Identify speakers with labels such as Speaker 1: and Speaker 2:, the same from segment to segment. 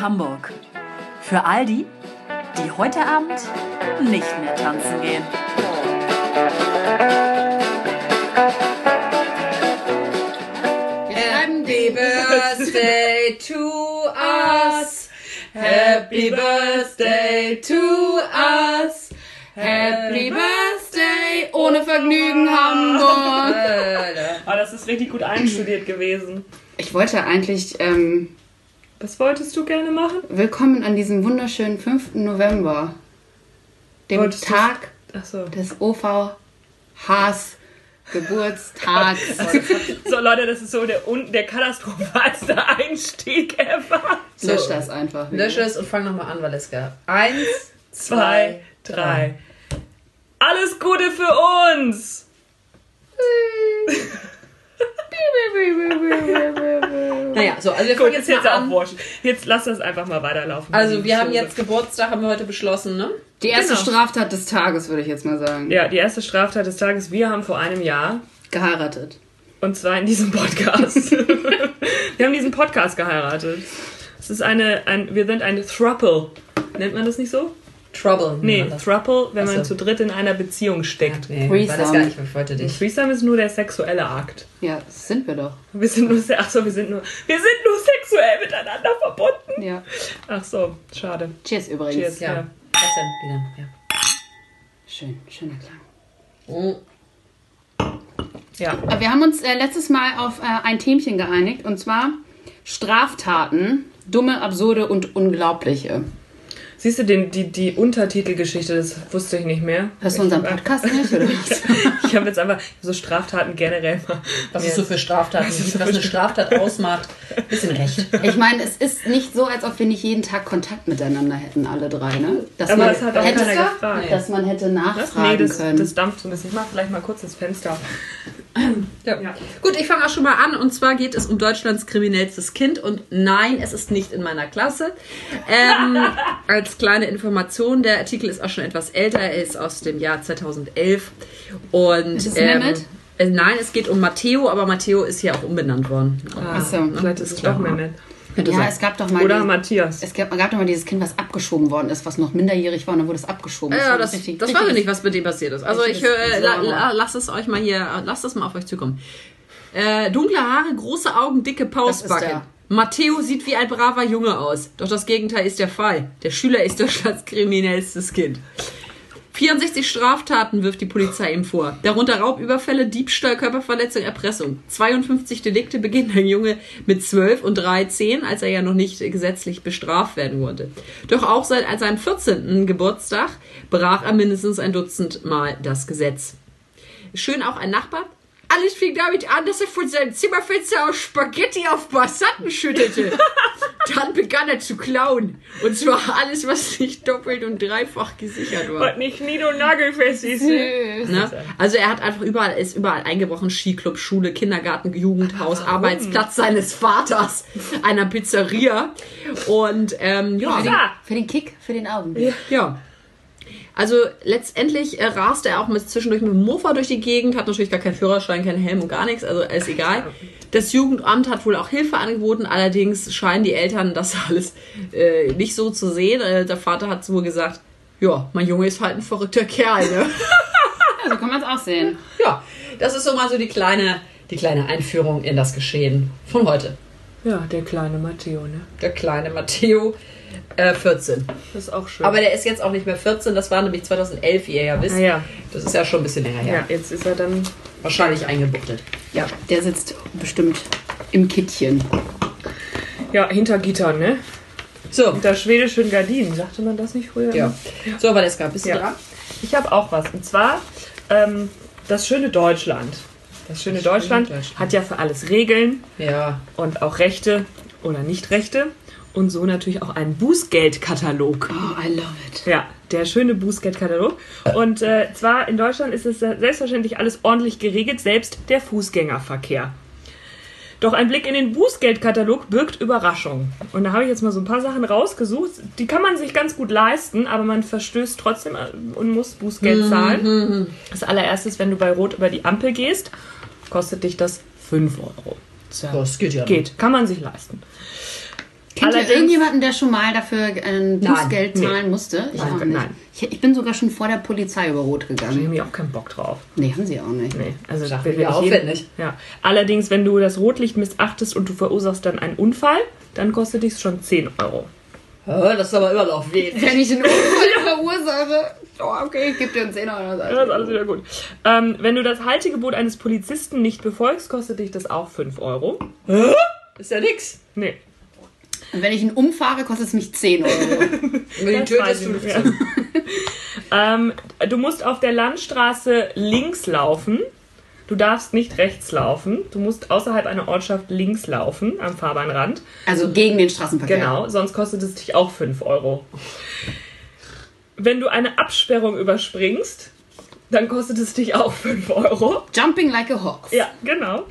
Speaker 1: Hamburg. Für all die, die heute Abend nicht mehr tanzen gehen.
Speaker 2: Happy birthday to us. Happy birthday to us. Happy birthday ohne Vergnügen Hamburg.
Speaker 3: Oh, das ist richtig gut einstudiert gewesen.
Speaker 2: Ich wollte eigentlich ähm,
Speaker 3: Was wolltest du gerne machen?
Speaker 2: willkommen an diesem wunderschönen 5. November, dem
Speaker 3: Wolltest du's-
Speaker 2: Tag
Speaker 3: Achso.
Speaker 2: des OVHs Geburtstags.
Speaker 3: So, Leute, das ist so der, un der katastrophalste Einstieg ever.
Speaker 2: Lösch das einfach. wieder.
Speaker 4: Lösche es und fang nochmal an, weil es gab. Eins,
Speaker 3: Zwei, drei. Alles Gute für uns!
Speaker 4: Naja, so, also wir fangen
Speaker 3: Gut, jetzt
Speaker 4: jetzt mal
Speaker 3: jetzt auch
Speaker 4: an.
Speaker 3: wurscht. Jetzt lass das einfach mal weiterlaufen.
Speaker 4: Also wir haben
Speaker 3: Schose.
Speaker 4: jetzt Geburtstag, haben wir heute beschlossen, ne?
Speaker 2: Die erste
Speaker 3: Genau.
Speaker 2: Straftat des Tages, würde ich jetzt mal sagen.
Speaker 3: Ja, die erste Straftat des Tages. Wir haben vor einem Jahr,
Speaker 2: Geheiratet.
Speaker 3: und zwar in diesem Podcast. wir haben diesen Podcast geheiratet. Es ist eine, ein, wir sind ein Thruple. Nennt man das nicht so?
Speaker 4: Trouble.
Speaker 3: Nee,
Speaker 4: nennt man das.
Speaker 3: Thruple, wenn man
Speaker 4: Ach so.
Speaker 3: zu dritt in einer Beziehung steckt.
Speaker 4: Nee,
Speaker 2: Threesome.
Speaker 4: war das gar nicht, ich wollte
Speaker 3: Ein
Speaker 4: dich.
Speaker 3: Threesome ist nur der sexuelle Akt.
Speaker 2: Ja, das sind wir doch.
Speaker 3: Wir sind nur, se- ach so, wir sind nur, wir sind nur sexuell miteinander verbunden.
Speaker 2: Ja.
Speaker 3: Ach so, schade.
Speaker 2: Cheers übrigens.
Speaker 3: Cheers.
Speaker 4: Ja.
Speaker 3: Ja.
Speaker 4: Was denn? Wieder, ja.
Speaker 2: Schön, schöner Klang.
Speaker 4: Oh,
Speaker 3: Ja.
Speaker 2: Aber wir haben uns äh, letztes Mal auf äh, ein Themchen geeinigt und zwar Straftaten, dumme, absurde und unglaubliche.
Speaker 3: Siehst du den, die, die Untertitelgeschichte, das wusste ich nicht mehr.
Speaker 2: Hörst du unseren Podcast nicht? Oder? was?
Speaker 3: Ich habe jetzt einfach so Straftaten generell mal.
Speaker 4: was es so für Straftaten gibt, was eine Straftat ausmacht. Bisschen recht.
Speaker 2: Ich meine, es ist nicht so, als ob wir nicht jeden Tag Kontakt miteinander hätten, alle drei, ne? Dass
Speaker 3: Aber
Speaker 2: man,
Speaker 3: das hat auch
Speaker 2: hättest
Speaker 3: keiner
Speaker 2: du?
Speaker 3: gefragt.
Speaker 4: Nee.
Speaker 2: dass man hätte
Speaker 3: Was?
Speaker 2: nachfragen
Speaker 3: ne? Nee, das,
Speaker 2: können.
Speaker 3: das dampft so ein bisschen. Ich mach vielleicht mal kurz das Fenster.
Speaker 4: Ja. Gut, ich fange auch schon mal an. Und zwar geht es um Deutschlands kriminellstes Kind. Und nein, es ist nicht in meiner Klasse. Ähm, als kleine Information, der Artikel ist auch schon etwas älter. Er ist aus dem Jahr 2011. Und,
Speaker 2: Ist es
Speaker 4: ähm,
Speaker 2: Mehmet?
Speaker 4: äh, Nein, es geht um Matteo, aber Matteo ist hier auch umbenannt worden.
Speaker 3: Ah,
Speaker 2: so.
Speaker 3: Vielleicht ist es doch mehr nett.
Speaker 4: Könnte
Speaker 2: ja,
Speaker 4: sein.
Speaker 2: es gab doch mal.
Speaker 3: Oder
Speaker 2: die-
Speaker 3: Matthias.
Speaker 2: es gab, gab doch mal dieses Kind, was abgeschoben worden ist, was noch minderjährig war und dann wurde es abgeschoben.
Speaker 4: Ja,
Speaker 2: war
Speaker 4: das,
Speaker 2: richtig-
Speaker 4: das
Speaker 2: richtig-
Speaker 4: weiß ich nicht, was mit dem passiert ist. Also ich
Speaker 2: Richtiges
Speaker 4: höre, la,
Speaker 2: Drama.
Speaker 4: la, lasst es euch mal hier, äh, lasst das mal auf euch zukommen. Äh, dunkle Haare, große Augen, dicke
Speaker 2: Das ist
Speaker 4: Pausbacken.
Speaker 2: der.
Speaker 4: Matteo sieht wie ein braver Junge aus. Doch das Gegenteil ist der Fall. Der Schüler ist Deutschlands kriminellstes Kind. 64 Straftaten wirft die Polizei ihm vor. Darunter Raubüberfälle, Diebstahl, Körperverletzung, Erpressung. 52 Delikte beginnt ein Junge mit 12 und 13, als er ja noch nicht gesetzlich bestraft werden konnte. Doch auch seit als seinem 14. Geburtstag brach er mindestens ein Dutzend Mal das Gesetz. Schön auch ein Nachbar. Alles fing damit an, dass er von seinem Zimmerfenster aus Spaghetti auf Passanten schüttete. Dann begann er zu klauen. Und zwar alles, was nicht doppelt und dreifach gesichert war.
Speaker 3: Was nicht nied- und nagelfest ist.
Speaker 4: Ne? Also er hat einfach überall, ist überall eingebrochen. Skiclub, Schule, Kindergarten, Jugendhaus, Arbeitsplatz seines Vaters, einer Pizzeria. Und ähm, ja,
Speaker 3: Ah,
Speaker 2: Für den Kick, für den Augenblick.
Speaker 4: ja. Also letztendlich äh, raste er auch mit, zwischendurch mit dem Mofa durch die Gegend, hat natürlich gar keinen Führerschein, keinen Helm und gar nichts, also alles egal. Das Jugendamt hat wohl auch Hilfe angeboten, allerdings scheinen die Eltern das alles äh, nicht so zu sehen. Äh, der Vater hat wohl gesagt, ja, mein Junge ist halt ein verrückter Kerl, ne?
Speaker 2: Ja, so kann man es auch sehen.
Speaker 4: Ja, das ist so mal so die kleine, die kleine Einführung in das Geschehen von heute.
Speaker 3: Ja, der kleine Matteo, ne?
Speaker 4: Der kleine Matteo, äh, 14.
Speaker 3: Das ist auch schön.
Speaker 4: Aber der ist jetzt auch nicht mehr 14, das war nämlich 2011, wie ihr ja wisst.
Speaker 3: Ah, ja.
Speaker 4: Das ist ja schon ein bisschen länger her.
Speaker 3: ja, jetzt ist er dann
Speaker 4: Wahrscheinlich eingebuchtelt.
Speaker 2: Ja, der sitzt bestimmt im Kittchen.
Speaker 3: ja hinter Gittern, ne?
Speaker 4: So,
Speaker 3: Unter schwedischen Gardinen. Sagte man das nicht früher?
Speaker 4: ja. So, Valeska, bist du
Speaker 3: Ja.
Speaker 4: dran?
Speaker 3: Ich habe auch was. Und zwar ähm, das schöne Deutschland. Das schöne Deutschland,
Speaker 4: Deutschland.
Speaker 3: hat ja für alles Regeln
Speaker 4: Ja.
Speaker 3: und auch Rechte oder Nichtrechte. Und so natürlich auch einen Bußgeldkatalog.
Speaker 2: Oh, I love it.
Speaker 3: Ja, der schöne Bußgeldkatalog. Und äh, zwar in Deutschland ist es selbstverständlich alles ordentlich geregelt, selbst der Fußgängerverkehr. Doch ein Blick in den Bußgeldkatalog birgt Überraschung. Und da habe ich jetzt mal so ein paar Sachen rausgesucht. Die kann man sich ganz gut leisten, aber man verstößt trotzdem äh, und muss Bußgeld zahlen. Das allererste ist, wenn du bei Rot über die Ampel gehst, kostet dich das 5 Euro.
Speaker 4: Das geht ja.
Speaker 3: Geht, kann man sich leisten.
Speaker 2: Kennt ihr
Speaker 3: Allerdings-
Speaker 2: irgendjemanden, der schon mal dafür ein Bußgeld
Speaker 3: nee.
Speaker 2: zahlen musste? Ich
Speaker 3: Nein,
Speaker 2: auch nicht.
Speaker 3: nein.
Speaker 2: Ich, ich bin sogar schon vor der Polizei über Rot
Speaker 3: Ich
Speaker 2: gegangen.
Speaker 3: habe auch keinen Bock drauf.
Speaker 2: Nee, haben sie auch nicht.
Speaker 3: Nee, also
Speaker 1: Schaffen
Speaker 3: will-
Speaker 1: wir
Speaker 3: will ich jeden-
Speaker 1: aufwendig.
Speaker 3: Ja. Allerdings, wenn du das Rotlicht missachtest und du verursachst dann einen Unfall, dann kostet dich schon 10 Euro.
Speaker 1: Oh, das ist aber Überlauf. Weh.
Speaker 2: Wenn ich einen Unfall verursache, oh, okay, ich gebe dir einen Zehner oder
Speaker 3: Ja, ist
Speaker 2: so.
Speaker 3: alles wieder gut. Ähm, wenn du das Haltegebot eines Polizisten nicht befolgst, kostet dich das auch 5 Euro.
Speaker 4: Ist ja nix.
Speaker 3: Nee.
Speaker 2: Und wenn ich ihn umfahre, kostet es mich 10 Euro.
Speaker 4: Wenn ihn
Speaker 3: das weiß
Speaker 4: tötest,
Speaker 3: ich
Speaker 4: du
Speaker 3: nicht mehr. ähm, du musst auf der Landstraße links laufen. Du darfst nicht rechts laufen. Du musst außerhalb einer Ortschaft links laufen, am Fahrbahnrand.
Speaker 2: Also gegen den Straßenverkehr.
Speaker 3: Genau, sonst kostet es dich auch 5 Euro. Wenn du eine Absperrung überspringst, dann kostet es dich auch 5 Euro.
Speaker 2: Jumping like a Hawk.
Speaker 3: Ja, genau.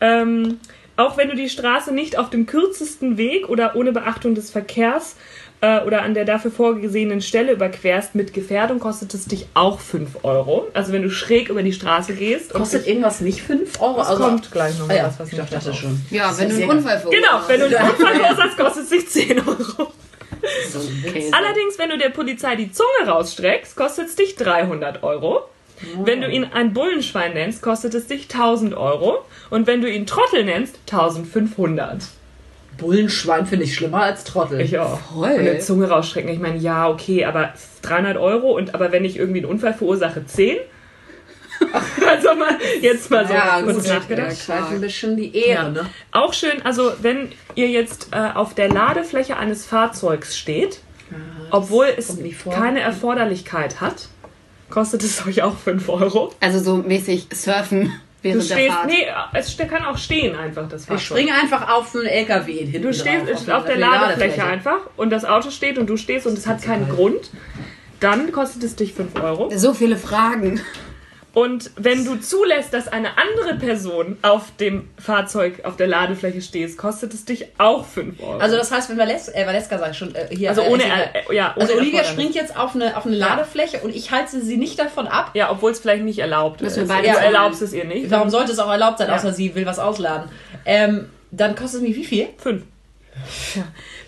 Speaker 3: Ähm, auch wenn du die Straße nicht auf dem kürzesten Weg oder ohne Beachtung des Verkehrs äh, oder an der dafür vorgesehenen Stelle überquerst mit Gefährdung, kostet es dich auch 5 Euro. Also wenn du schräg über die Straße gehst. und-
Speaker 1: Kostet irgendwas nicht 5 Euro?
Speaker 3: Es kommt gleich noch
Speaker 1: ah, ja.
Speaker 3: was, was
Speaker 1: ich
Speaker 3: Also, nicht
Speaker 1: dachte, das
Speaker 3: drauf.
Speaker 1: ist schon.
Speaker 2: Ja,
Speaker 1: Das
Speaker 2: wenn
Speaker 1: ist
Speaker 2: du einen
Speaker 1: sehr-
Speaker 2: Unfall verursachst.
Speaker 3: Genau, wenn du einen Unfall verursachst, kostet es dich 10 Euro.
Speaker 1: So ein Käse.
Speaker 3: Allerdings, wenn du der Polizei die Zunge rausstreckst, kostet es dich 300 Euro. Wenn du ihn ein Bullenschwein nennst, kostet es dich 1000 Euro. Und wenn du ihn Trottel nennst, 1500.
Speaker 1: Bullenschwein finde ich schlimmer als Trottel.
Speaker 3: Ich auch.
Speaker 2: Voll.
Speaker 3: Und eine Zunge rausstrecken. Ich meine, ja, okay, aber es ist 300 Euro. Und aber wenn ich irgendwie einen Unfall verursache, 10? also mal, jetzt mal so
Speaker 4: Ja,
Speaker 3: kurz
Speaker 4: gut.
Speaker 3: nachgedacht.
Speaker 4: Da greift ein bisschen die Ehre, ne?
Speaker 3: Auch schön, also wenn ihr jetzt äh, auf der Ladefläche eines Fahrzeugs steht, obwohl es
Speaker 1: kommt nicht vor.
Speaker 3: keine Erforderlichkeit hat, kostet es euch auch 5 Euro.
Speaker 2: Also so mäßig surfen
Speaker 3: Du
Speaker 2: während Also der
Speaker 3: stehst,
Speaker 2: Fahrt.
Speaker 3: nee, es ste- kann auch stehen einfach das Fahrzeug.
Speaker 4: Ich springe einfach auf einen LKW hin.
Speaker 3: du stehst auf, der Ladefläche einfach und das Auto steht und du stehst und es hat keinen Grund, dann kostet es dich 5 Euro.
Speaker 2: So viele Fragen.
Speaker 3: Und wenn du zulässt, dass eine andere Person auf dem Fahrzeug auf der Ladefläche steht, kostet es dich auch 5 Euro.
Speaker 4: Also das heißt, wenn Valeska, äh, Valeska sag ich schon, äh, hier...
Speaker 3: Also
Speaker 4: äh,
Speaker 3: ohne,
Speaker 4: ist egal.
Speaker 3: äh, ja, ohne
Speaker 4: also Olivia
Speaker 3: Erfordernis.
Speaker 4: springt jetzt auf eine, auf eine Ladefläche und ich halte sie nicht davon ab.
Speaker 3: Ja, obwohl es vielleicht nicht erlaubt
Speaker 2: Müssen wir
Speaker 3: ist.
Speaker 2: beide
Speaker 3: du
Speaker 2: zahlen.
Speaker 3: erlaubst es ihr nicht.
Speaker 4: Warum sollte es auch erlaubt sein,
Speaker 3: Ja.
Speaker 4: außer sie will was ausladen? Ähm, dann kostet es mich wie viel?
Speaker 3: Fünf.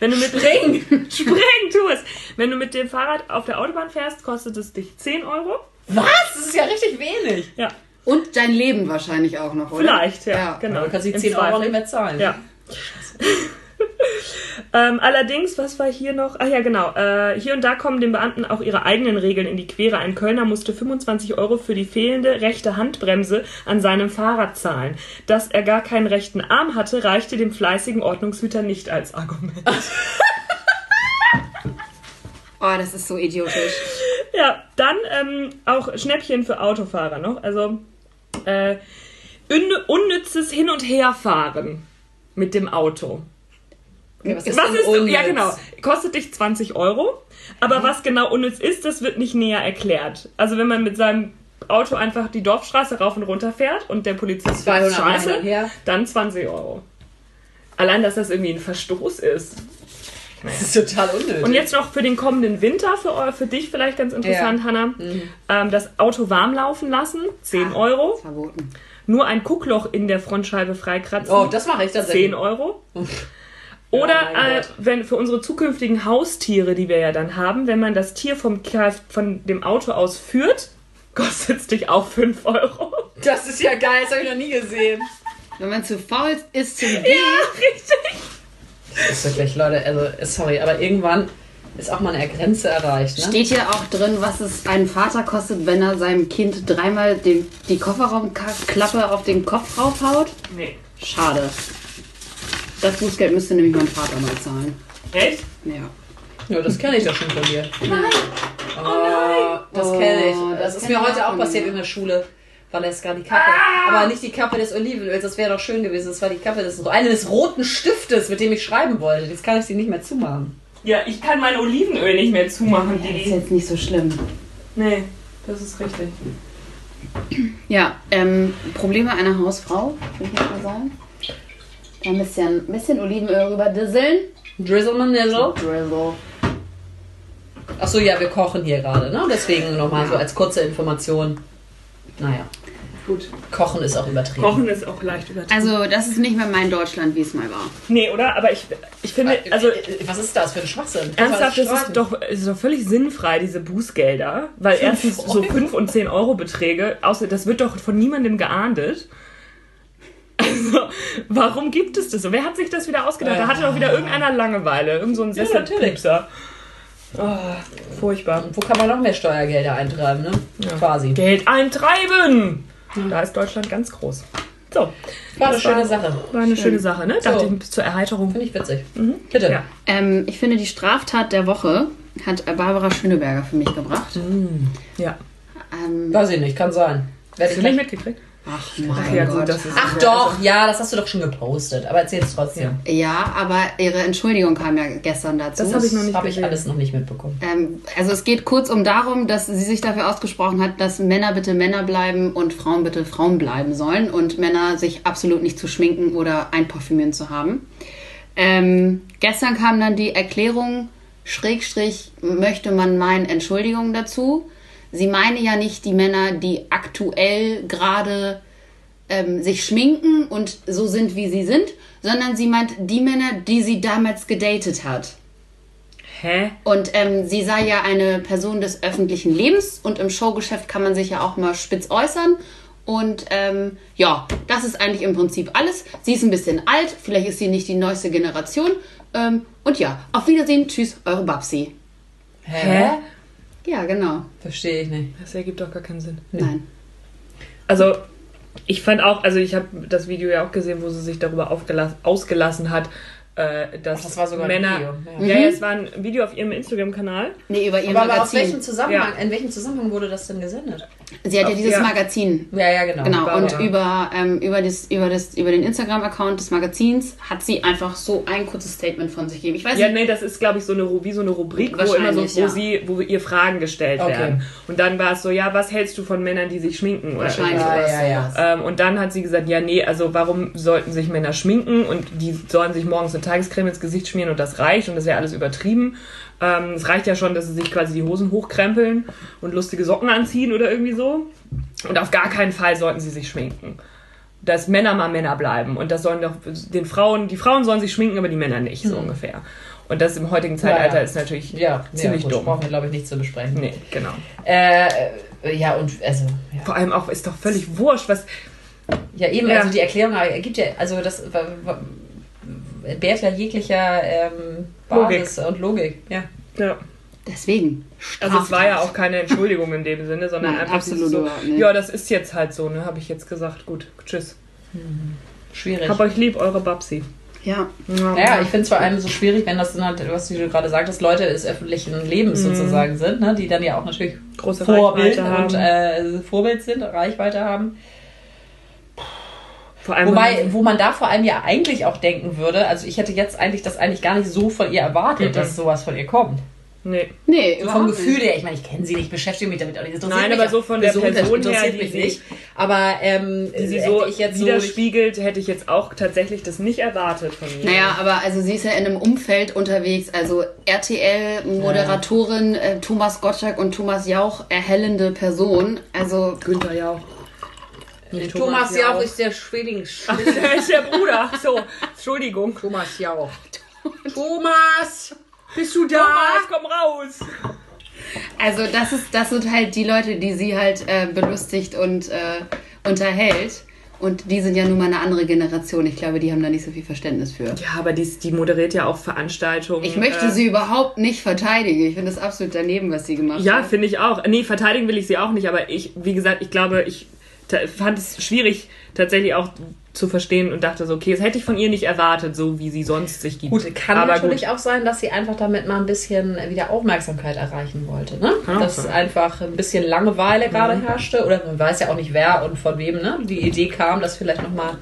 Speaker 3: Wenn du mit
Speaker 4: Spring!
Speaker 3: Spring, tu es! Wenn du mit dem Fahrrad auf der Autobahn fährst, kostet es dich 10 Euro.
Speaker 4: Was? Das ist ja richtig wenig.
Speaker 3: Ja,
Speaker 2: Und dein Leben wahrscheinlich auch noch, oder?
Speaker 3: vielleicht, ja.
Speaker 2: Ja.
Speaker 3: Genau.
Speaker 4: Dann kannst du die
Speaker 3: Im
Speaker 4: 10 Euro
Speaker 3: Zweifel.
Speaker 4: nicht mehr zahlen.
Speaker 3: Ja. ähm, allerdings, was war hier noch? Ach ja, genau. Äh, hier und da kommen den Beamten auch ihre eigenen Regeln in die Quere. Ein Kölner musste 25 Euro für die fehlende rechte Handbremse an seinem Fahrrad zahlen. Dass er gar keinen rechten Arm hatte, reichte dem fleißigen Ordnungshüter nicht als Argument.
Speaker 2: Oh, das ist so idiotisch.
Speaker 3: Ja, dann ähm, auch Schnäppchen für Autofahrer noch. Also äh, un- unnützes Hin- und Herfahren mit dem Auto.
Speaker 4: Okay, was ist,
Speaker 3: was
Speaker 4: denn
Speaker 3: ist
Speaker 4: unnütz? Mhm.
Speaker 3: ja genau kostet dich 20 Euro aber was genau unnütz ist das wird nicht näher erklärt also wenn man mit seinem Auto einfach die Dorfstraße rauf und runter fährt und der Polizist fährt
Speaker 4: 200 Mal hin
Speaker 3: Scheiße
Speaker 4: und her.
Speaker 3: dann 20 Euro allein dass das irgendwie ein Verstoß ist
Speaker 4: Das ist total unnötig.
Speaker 3: und jetzt noch für den kommenden Winter für, eu- für dich vielleicht ganz interessant
Speaker 4: Ja. Mhm.
Speaker 3: Hannah ähm, das Auto warm laufen lassen
Speaker 4: Ah.
Speaker 3: 10 Euro
Speaker 2: Verboten.
Speaker 3: nur ein Guckloch in der Frontscheibe freikratzen
Speaker 4: oh, das mache ich
Speaker 3: 10
Speaker 4: tatsächlich.
Speaker 3: Euro. Oder
Speaker 4: mein
Speaker 3: äh,
Speaker 4: Gott.
Speaker 3: wenn für unsere zukünftigen Haustiere, die wir ja dann haben, wenn man das Tier vom Kf von dem Auto aus führt, kostet es dich auch 5 Euro.
Speaker 4: Das ist ja geil, das habe ich noch nie gesehen.
Speaker 2: Wenn man zu faul ist zum Gehen.
Speaker 4: Das ist wirklich, Leute, also sorry, aber irgendwann ist auch mal eine Grenze erreicht. Ne?
Speaker 2: Steht hier auch drin, was es einen Vater kostet, wenn er seinem Kind dreimal den, die Kofferraumklappe auf den Kopf raufhaut?
Speaker 3: Nee.
Speaker 2: Schade. Das Bußgeld müsste nämlich mein Vater mal zahlen.
Speaker 3: Echt?
Speaker 2: Ja.
Speaker 4: Ja, das kenne ich doch schon von dir. Nein! Oh, nein! Das kenne ich.
Speaker 2: Oh, das
Speaker 4: Das, ist
Speaker 2: kenn
Speaker 4: mir
Speaker 2: ich
Speaker 4: heute
Speaker 2: auch
Speaker 4: auch
Speaker 2: von
Speaker 4: passiert
Speaker 2: mir.
Speaker 4: in der Schule. Valeska, die Kappe.
Speaker 3: Ah!
Speaker 4: Aber nicht die Kappe des Olivenöls, das wäre doch schön gewesen. Das war die Kappe des, eines roten Stiftes, mit dem ich schreiben wollte. Jetzt kann ich sie nicht mehr zumachen.
Speaker 3: Ja, ich kann mein Olivenöl nicht mehr zumachen.
Speaker 2: Das ist
Speaker 3: Didi.
Speaker 2: jetzt nicht so schlimm.
Speaker 3: Nee, das ist richtig.
Speaker 2: Ja, ähm, Probleme einer Hausfrau, würde ich jetzt mal sagen. Da ein bisschen, ein bisschen Olivenöl rüberdisseln.
Speaker 4: Drizzle Manizzle.
Speaker 2: Drizzle.
Speaker 4: Achso, ja, wir kochen hier gerade, ne? Deswegen nochmal so als kurze Information. Naja.
Speaker 3: Gut.
Speaker 4: Kochen ist auch übertrieben.
Speaker 3: Kochen ist auch leicht übertrieben.
Speaker 2: Also, das ist nicht mehr mein Deutschland, wie es mal war.
Speaker 3: Nee, oder? Aber ich, ich finde, also
Speaker 4: Äh, äh, was ist das für ein Schwachsinn?
Speaker 3: Ernsthaft, das
Speaker 4: Streiten.
Speaker 3: ist doch, es ist doch völlig sinnfrei, diese Bußgelder. Weil erstens so 5 und 10 Euro Beträge, außer das wird doch von niemandem geahndet. Also, warum gibt es das so? Wer hat sich das wieder ausgedacht? Da hatte doch wieder irgendeiner Langeweile. Irgend so ein Sesselpipser. Oh, furchtbar.
Speaker 4: Wo kann man noch mehr Steuergelder eintreiben, ne? Quasi.
Speaker 3: Geld eintreiben! Da ist Deutschland ganz groß. So,
Speaker 4: War eine schöne Sache.
Speaker 3: war eine schöne Sache, ne?
Speaker 4: So.
Speaker 3: Dachte ich zur Erheiterung.
Speaker 4: Finde ich witzig. Bitte.
Speaker 3: Mhm. Ja.
Speaker 2: Ähm, ich finde, die Straftat der Woche hat Barbara Schöneberger für mich gebracht.
Speaker 3: Ja.
Speaker 2: Ähm,
Speaker 4: Weiß ich nicht, kann sein. Werd
Speaker 3: Hast
Speaker 4: ich
Speaker 3: du nicht
Speaker 4: gleich-
Speaker 3: mitgekriegt?
Speaker 2: ach, mein
Speaker 3: Ja, gut,
Speaker 2: Gott.
Speaker 3: das ist
Speaker 4: Ach doch, ja, das hast du doch schon gepostet. Aber erzähl's trotzdem.
Speaker 2: Ah, Ja, aber ihre Entschuldigung kam ja gestern dazu.
Speaker 3: Das habe ich noch nicht
Speaker 4: Habe ich
Speaker 3: gesehen.
Speaker 4: alles noch nicht mitbekommen.
Speaker 2: Ähm, also es geht kurzum darum, dass sie sich dafür ausgesprochen hat, dass Männer bitte Männer bleiben und Frauen bitte Frauen bleiben sollen und Männer sich absolut nicht zu schminken oder einparfümieren zu haben. Ähm, gestern kam dann die Erklärung, Schrägstrich, möchte man meinen, Entschuldigung dazu. Sie meine ja nicht die Männer, die aktuell gerade ähm, sich schminken und so sind, wie sie sind, sondern sie meint die Männer, die sie damals gedatet hat.
Speaker 3: Hä?
Speaker 2: Und ähm, sie sei ja eine Person des öffentlichen Lebens und im Showgeschäft kann man sich ja auch mal spitz äußern. Und ähm, ja, das ist eigentlich im Prinzip alles. Sie ist ein bisschen alt, vielleicht ist sie nicht die neueste Generation. Ähm, und ja, auf Wiedersehen, tschüss, eure Babsi.
Speaker 4: Hä?
Speaker 2: Ja, genau.
Speaker 4: Verstehe ich nicht.
Speaker 3: Das ergibt doch gar keinen Sinn.
Speaker 2: Nein.
Speaker 3: Also, ich fand auch, also ich habe das Video ja auch gesehen, wo sie sich darüber aufgelass- ausgelassen hat, äh, dass
Speaker 4: Ach, das war sogar ein
Speaker 3: Männer.
Speaker 4: Video,
Speaker 3: Ja, ja,
Speaker 2: Mhm.
Speaker 3: es war ein Video auf ihrem Instagram-Kanal.
Speaker 2: Nee, über ihr
Speaker 4: Aber, aber aus
Speaker 2: Magazin.
Speaker 4: welchem Zusammenhang,
Speaker 3: Ja.
Speaker 4: in welchem Zusammenhang wurde das denn gesendet?
Speaker 2: Sie hat ja
Speaker 3: Auf-
Speaker 2: dieses
Speaker 3: ja.
Speaker 2: Magazin.
Speaker 4: Ja, ja, genau.
Speaker 2: Genau, und
Speaker 4: ja.
Speaker 2: über, ähm, über, das, über, das, über den Instagram-Account des Magazins hat sie einfach so ein kurzes Statement von sich gegeben. Ich weiß
Speaker 3: Ja, ne.
Speaker 2: nicht,
Speaker 3: nee, das ist, glaube ich, so eine, Ru- wie so eine Rubrik, wo immer so,
Speaker 2: Wahrscheinlich,
Speaker 3: wo
Speaker 2: ja.
Speaker 3: sie, wo ihr Fragen gestellt
Speaker 4: Okay.
Speaker 3: werden. Und dann war es so, ja, was hältst du von Männern, die sich schminken? Oder
Speaker 2: wahrscheinlich.
Speaker 4: Ja,
Speaker 2: was.
Speaker 4: ja, ja.
Speaker 3: Ähm, und dann hat sie gesagt, ja, nee, also warum sollten sich Männer schminken und die sollen sich morgens eine Tagescreme ins Gesicht schmieren und das reicht und das wäre alles übertrieben. Ähm, es reicht ja schon, dass sie sich quasi die Hosen hochkrempeln und lustige Socken anziehen oder irgendwie so. Und auf gar keinen Fall sollten sie sich schminken. Dass Männer mal Männer bleiben und das sollen doch den Frauen, die Frauen sollen sich schminken, aber die Männer nicht, so ungefähr. Und das im heutigen Zeitalter
Speaker 4: Hm. Ja, ja.
Speaker 3: ist natürlich
Speaker 4: Ja,
Speaker 3: ziemlich
Speaker 4: ja, gut,
Speaker 3: dumm.
Speaker 4: Brauchen wir, glaube ich, nicht zu besprechen.
Speaker 3: Nee, genau.
Speaker 4: Äh, äh, ja, und also. Ja,
Speaker 3: Vor allem auch ist doch völlig wurscht, was
Speaker 4: ja eben,
Speaker 3: Ja.
Speaker 4: also die Erklärung ergibt ja, also das wa- wa- entbehrt ja jeglicher ähm, Basis und Logik. Ja.
Speaker 3: ja.
Speaker 2: Deswegen.
Speaker 3: Also es war ja
Speaker 2: Straftat.
Speaker 3: auch keine Entschuldigung in dem Sinne, sondern
Speaker 2: Nein,
Speaker 3: einfach
Speaker 2: absolut
Speaker 3: dieses so,
Speaker 2: überhaupt nicht.
Speaker 3: ja, das ist jetzt halt so, ne, habe ich jetzt gesagt. Gut, tschüss.
Speaker 4: Schwierig.
Speaker 3: Hab euch lieb, eure Babsi.
Speaker 2: Ja.
Speaker 4: Ja, ich finde es vor allem so schwierig, wenn das, dann halt, was du gerade sagtest, Leute des öffentlichen Lebens sozusagen sind, ne? die dann ja auch natürlich
Speaker 3: Mhm. Große
Speaker 4: Vorbild,
Speaker 3: Reichweite haben.
Speaker 4: und, äh, Vorbild sind, Reichweite haben.
Speaker 3: Vor allem
Speaker 4: Wobei, wo man da vor allem ja eigentlich auch denken würde, also ich hätte jetzt eigentlich das eigentlich gar nicht so von ihr erwartet,
Speaker 3: Mhm.
Speaker 4: dass sowas von ihr kommt.
Speaker 3: nee.
Speaker 2: Nee,
Speaker 4: So vom
Speaker 2: überhaupt
Speaker 4: Gefühl
Speaker 2: nicht.
Speaker 4: her, ich meine, ich kenne sie nicht, beschäftige mich damit auch nicht. das interessiert
Speaker 3: Nein,
Speaker 4: mich
Speaker 3: aber
Speaker 4: auch-
Speaker 3: so von der
Speaker 4: Person
Speaker 3: Person
Speaker 4: interessiert
Speaker 3: her, die
Speaker 4: mich
Speaker 3: sie-
Speaker 4: nicht. Aber ähm,
Speaker 3: Die sie
Speaker 4: hätte
Speaker 3: so
Speaker 4: ich jetzt so nicht-
Speaker 3: widerspiegelt, hätte ich jetzt auch tatsächlich das nicht erwartet von mir.
Speaker 2: Naja, aber also sie ist ja in einem Umfeld unterwegs, also RTL-Moderatorin, äh, Thomas Gottschalk und Thomas Jauch, erhellende Person. Also
Speaker 3: Günther Jauch. Nicht
Speaker 4: Thomas Jauch ist der Schweding.
Speaker 3: der ist der Bruder. So, Entschuldigung.
Speaker 4: Thomas Jauch. Thomas, bist du da?
Speaker 3: Thomas, komm raus.
Speaker 2: Also das ist, das sind halt die Leute, die sie halt äh, belustigt und äh, unterhält. Und die sind ja nun mal eine andere Generation. Ich glaube, die haben da nicht so viel Verständnis für.
Speaker 3: Ja, aber die, die moderiert ja auch Veranstaltungen.
Speaker 2: Ich möchte
Speaker 3: äh,
Speaker 2: sie überhaupt nicht verteidigen. Ich finde das absolut daneben, was sie gemacht
Speaker 3: Ja,
Speaker 2: hat.
Speaker 3: finde ich auch. Nee, verteidigen will ich sie auch nicht, aber ich, wie gesagt, ich glaube, ich ta- fand es schwierig, tatsächlich auch zu verstehen und dachte so, okay, das hätte ich von ihr nicht erwartet, so wie sie sonst sich gibt.
Speaker 4: Gut, kann
Speaker 3: aber
Speaker 4: natürlich
Speaker 3: gut.
Speaker 4: auch sein, dass sie einfach damit mal ein bisschen wieder Aufmerksamkeit erreichen wollte. Ne?
Speaker 3: Kann auch
Speaker 4: Dass
Speaker 3: sein.
Speaker 4: einfach ein bisschen Langeweile gerade herrschte. Oder man weiß ja auch nicht, wer und von wem ne? die Idee kam, dass vielleicht nochmal.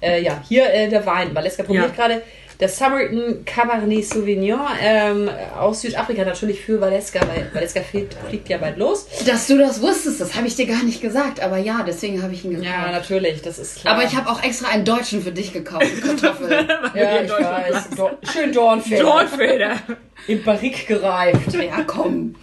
Speaker 4: Äh, ja, hier äh, der Wein. Valeska probiert
Speaker 3: Ja.
Speaker 4: gerade das Summerton Cabernet Sauvignon ähm, aus Südafrika. Natürlich für Valeska, weil Valeska fliegt, fliegt ja bald los.
Speaker 2: Dass du das wusstest, das habe ich dir gar nicht gesagt. Aber ja, deswegen habe ich ihn gekauft.
Speaker 4: Ja, natürlich, das ist klar.
Speaker 2: Aber ich habe auch extra einen Deutschen für dich gekauft. mit Kartoffeln.
Speaker 4: Ja, ich weiß. Dor schön Dornfelder.
Speaker 3: Dornfelder.
Speaker 4: Im Barrique gereift.
Speaker 2: ja, komm.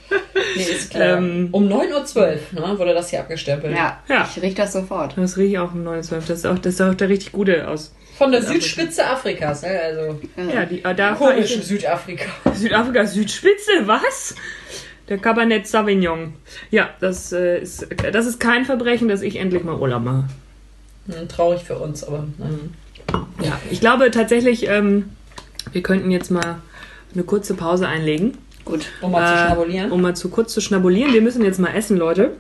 Speaker 4: Nee, ist klar.
Speaker 3: Ähm.
Speaker 4: um 9.12 Uhr ne, wurde das hier abgestempelt.
Speaker 2: Ja,
Speaker 3: Ja.
Speaker 2: ich rieche das sofort.
Speaker 3: Das rieche ich auch im 29. Das ist auch, das ist auch der richtig gute aus.
Speaker 4: Von der Südspitze Afrikas. Ne? Also
Speaker 3: Ja, die, äh, da fahr
Speaker 4: komisch
Speaker 3: ich
Speaker 4: in Südafrika.
Speaker 3: Südafrika, Südspitze, was? Der Cabernet Sauvignon. Ja, das, äh, ist, das ist kein Verbrechen, dass ich endlich mal Urlaub mache.
Speaker 4: Hm, traurig für uns, aber ne.
Speaker 3: Ja, ich glaube tatsächlich, ähm, wir könnten jetzt mal eine kurze Pause einlegen.
Speaker 2: Gut.
Speaker 4: um mal zu
Speaker 3: Äh,
Speaker 4: schnabulieren.
Speaker 3: Um mal zu kurz zu schnabulieren. Wir müssen jetzt mal essen, Leute.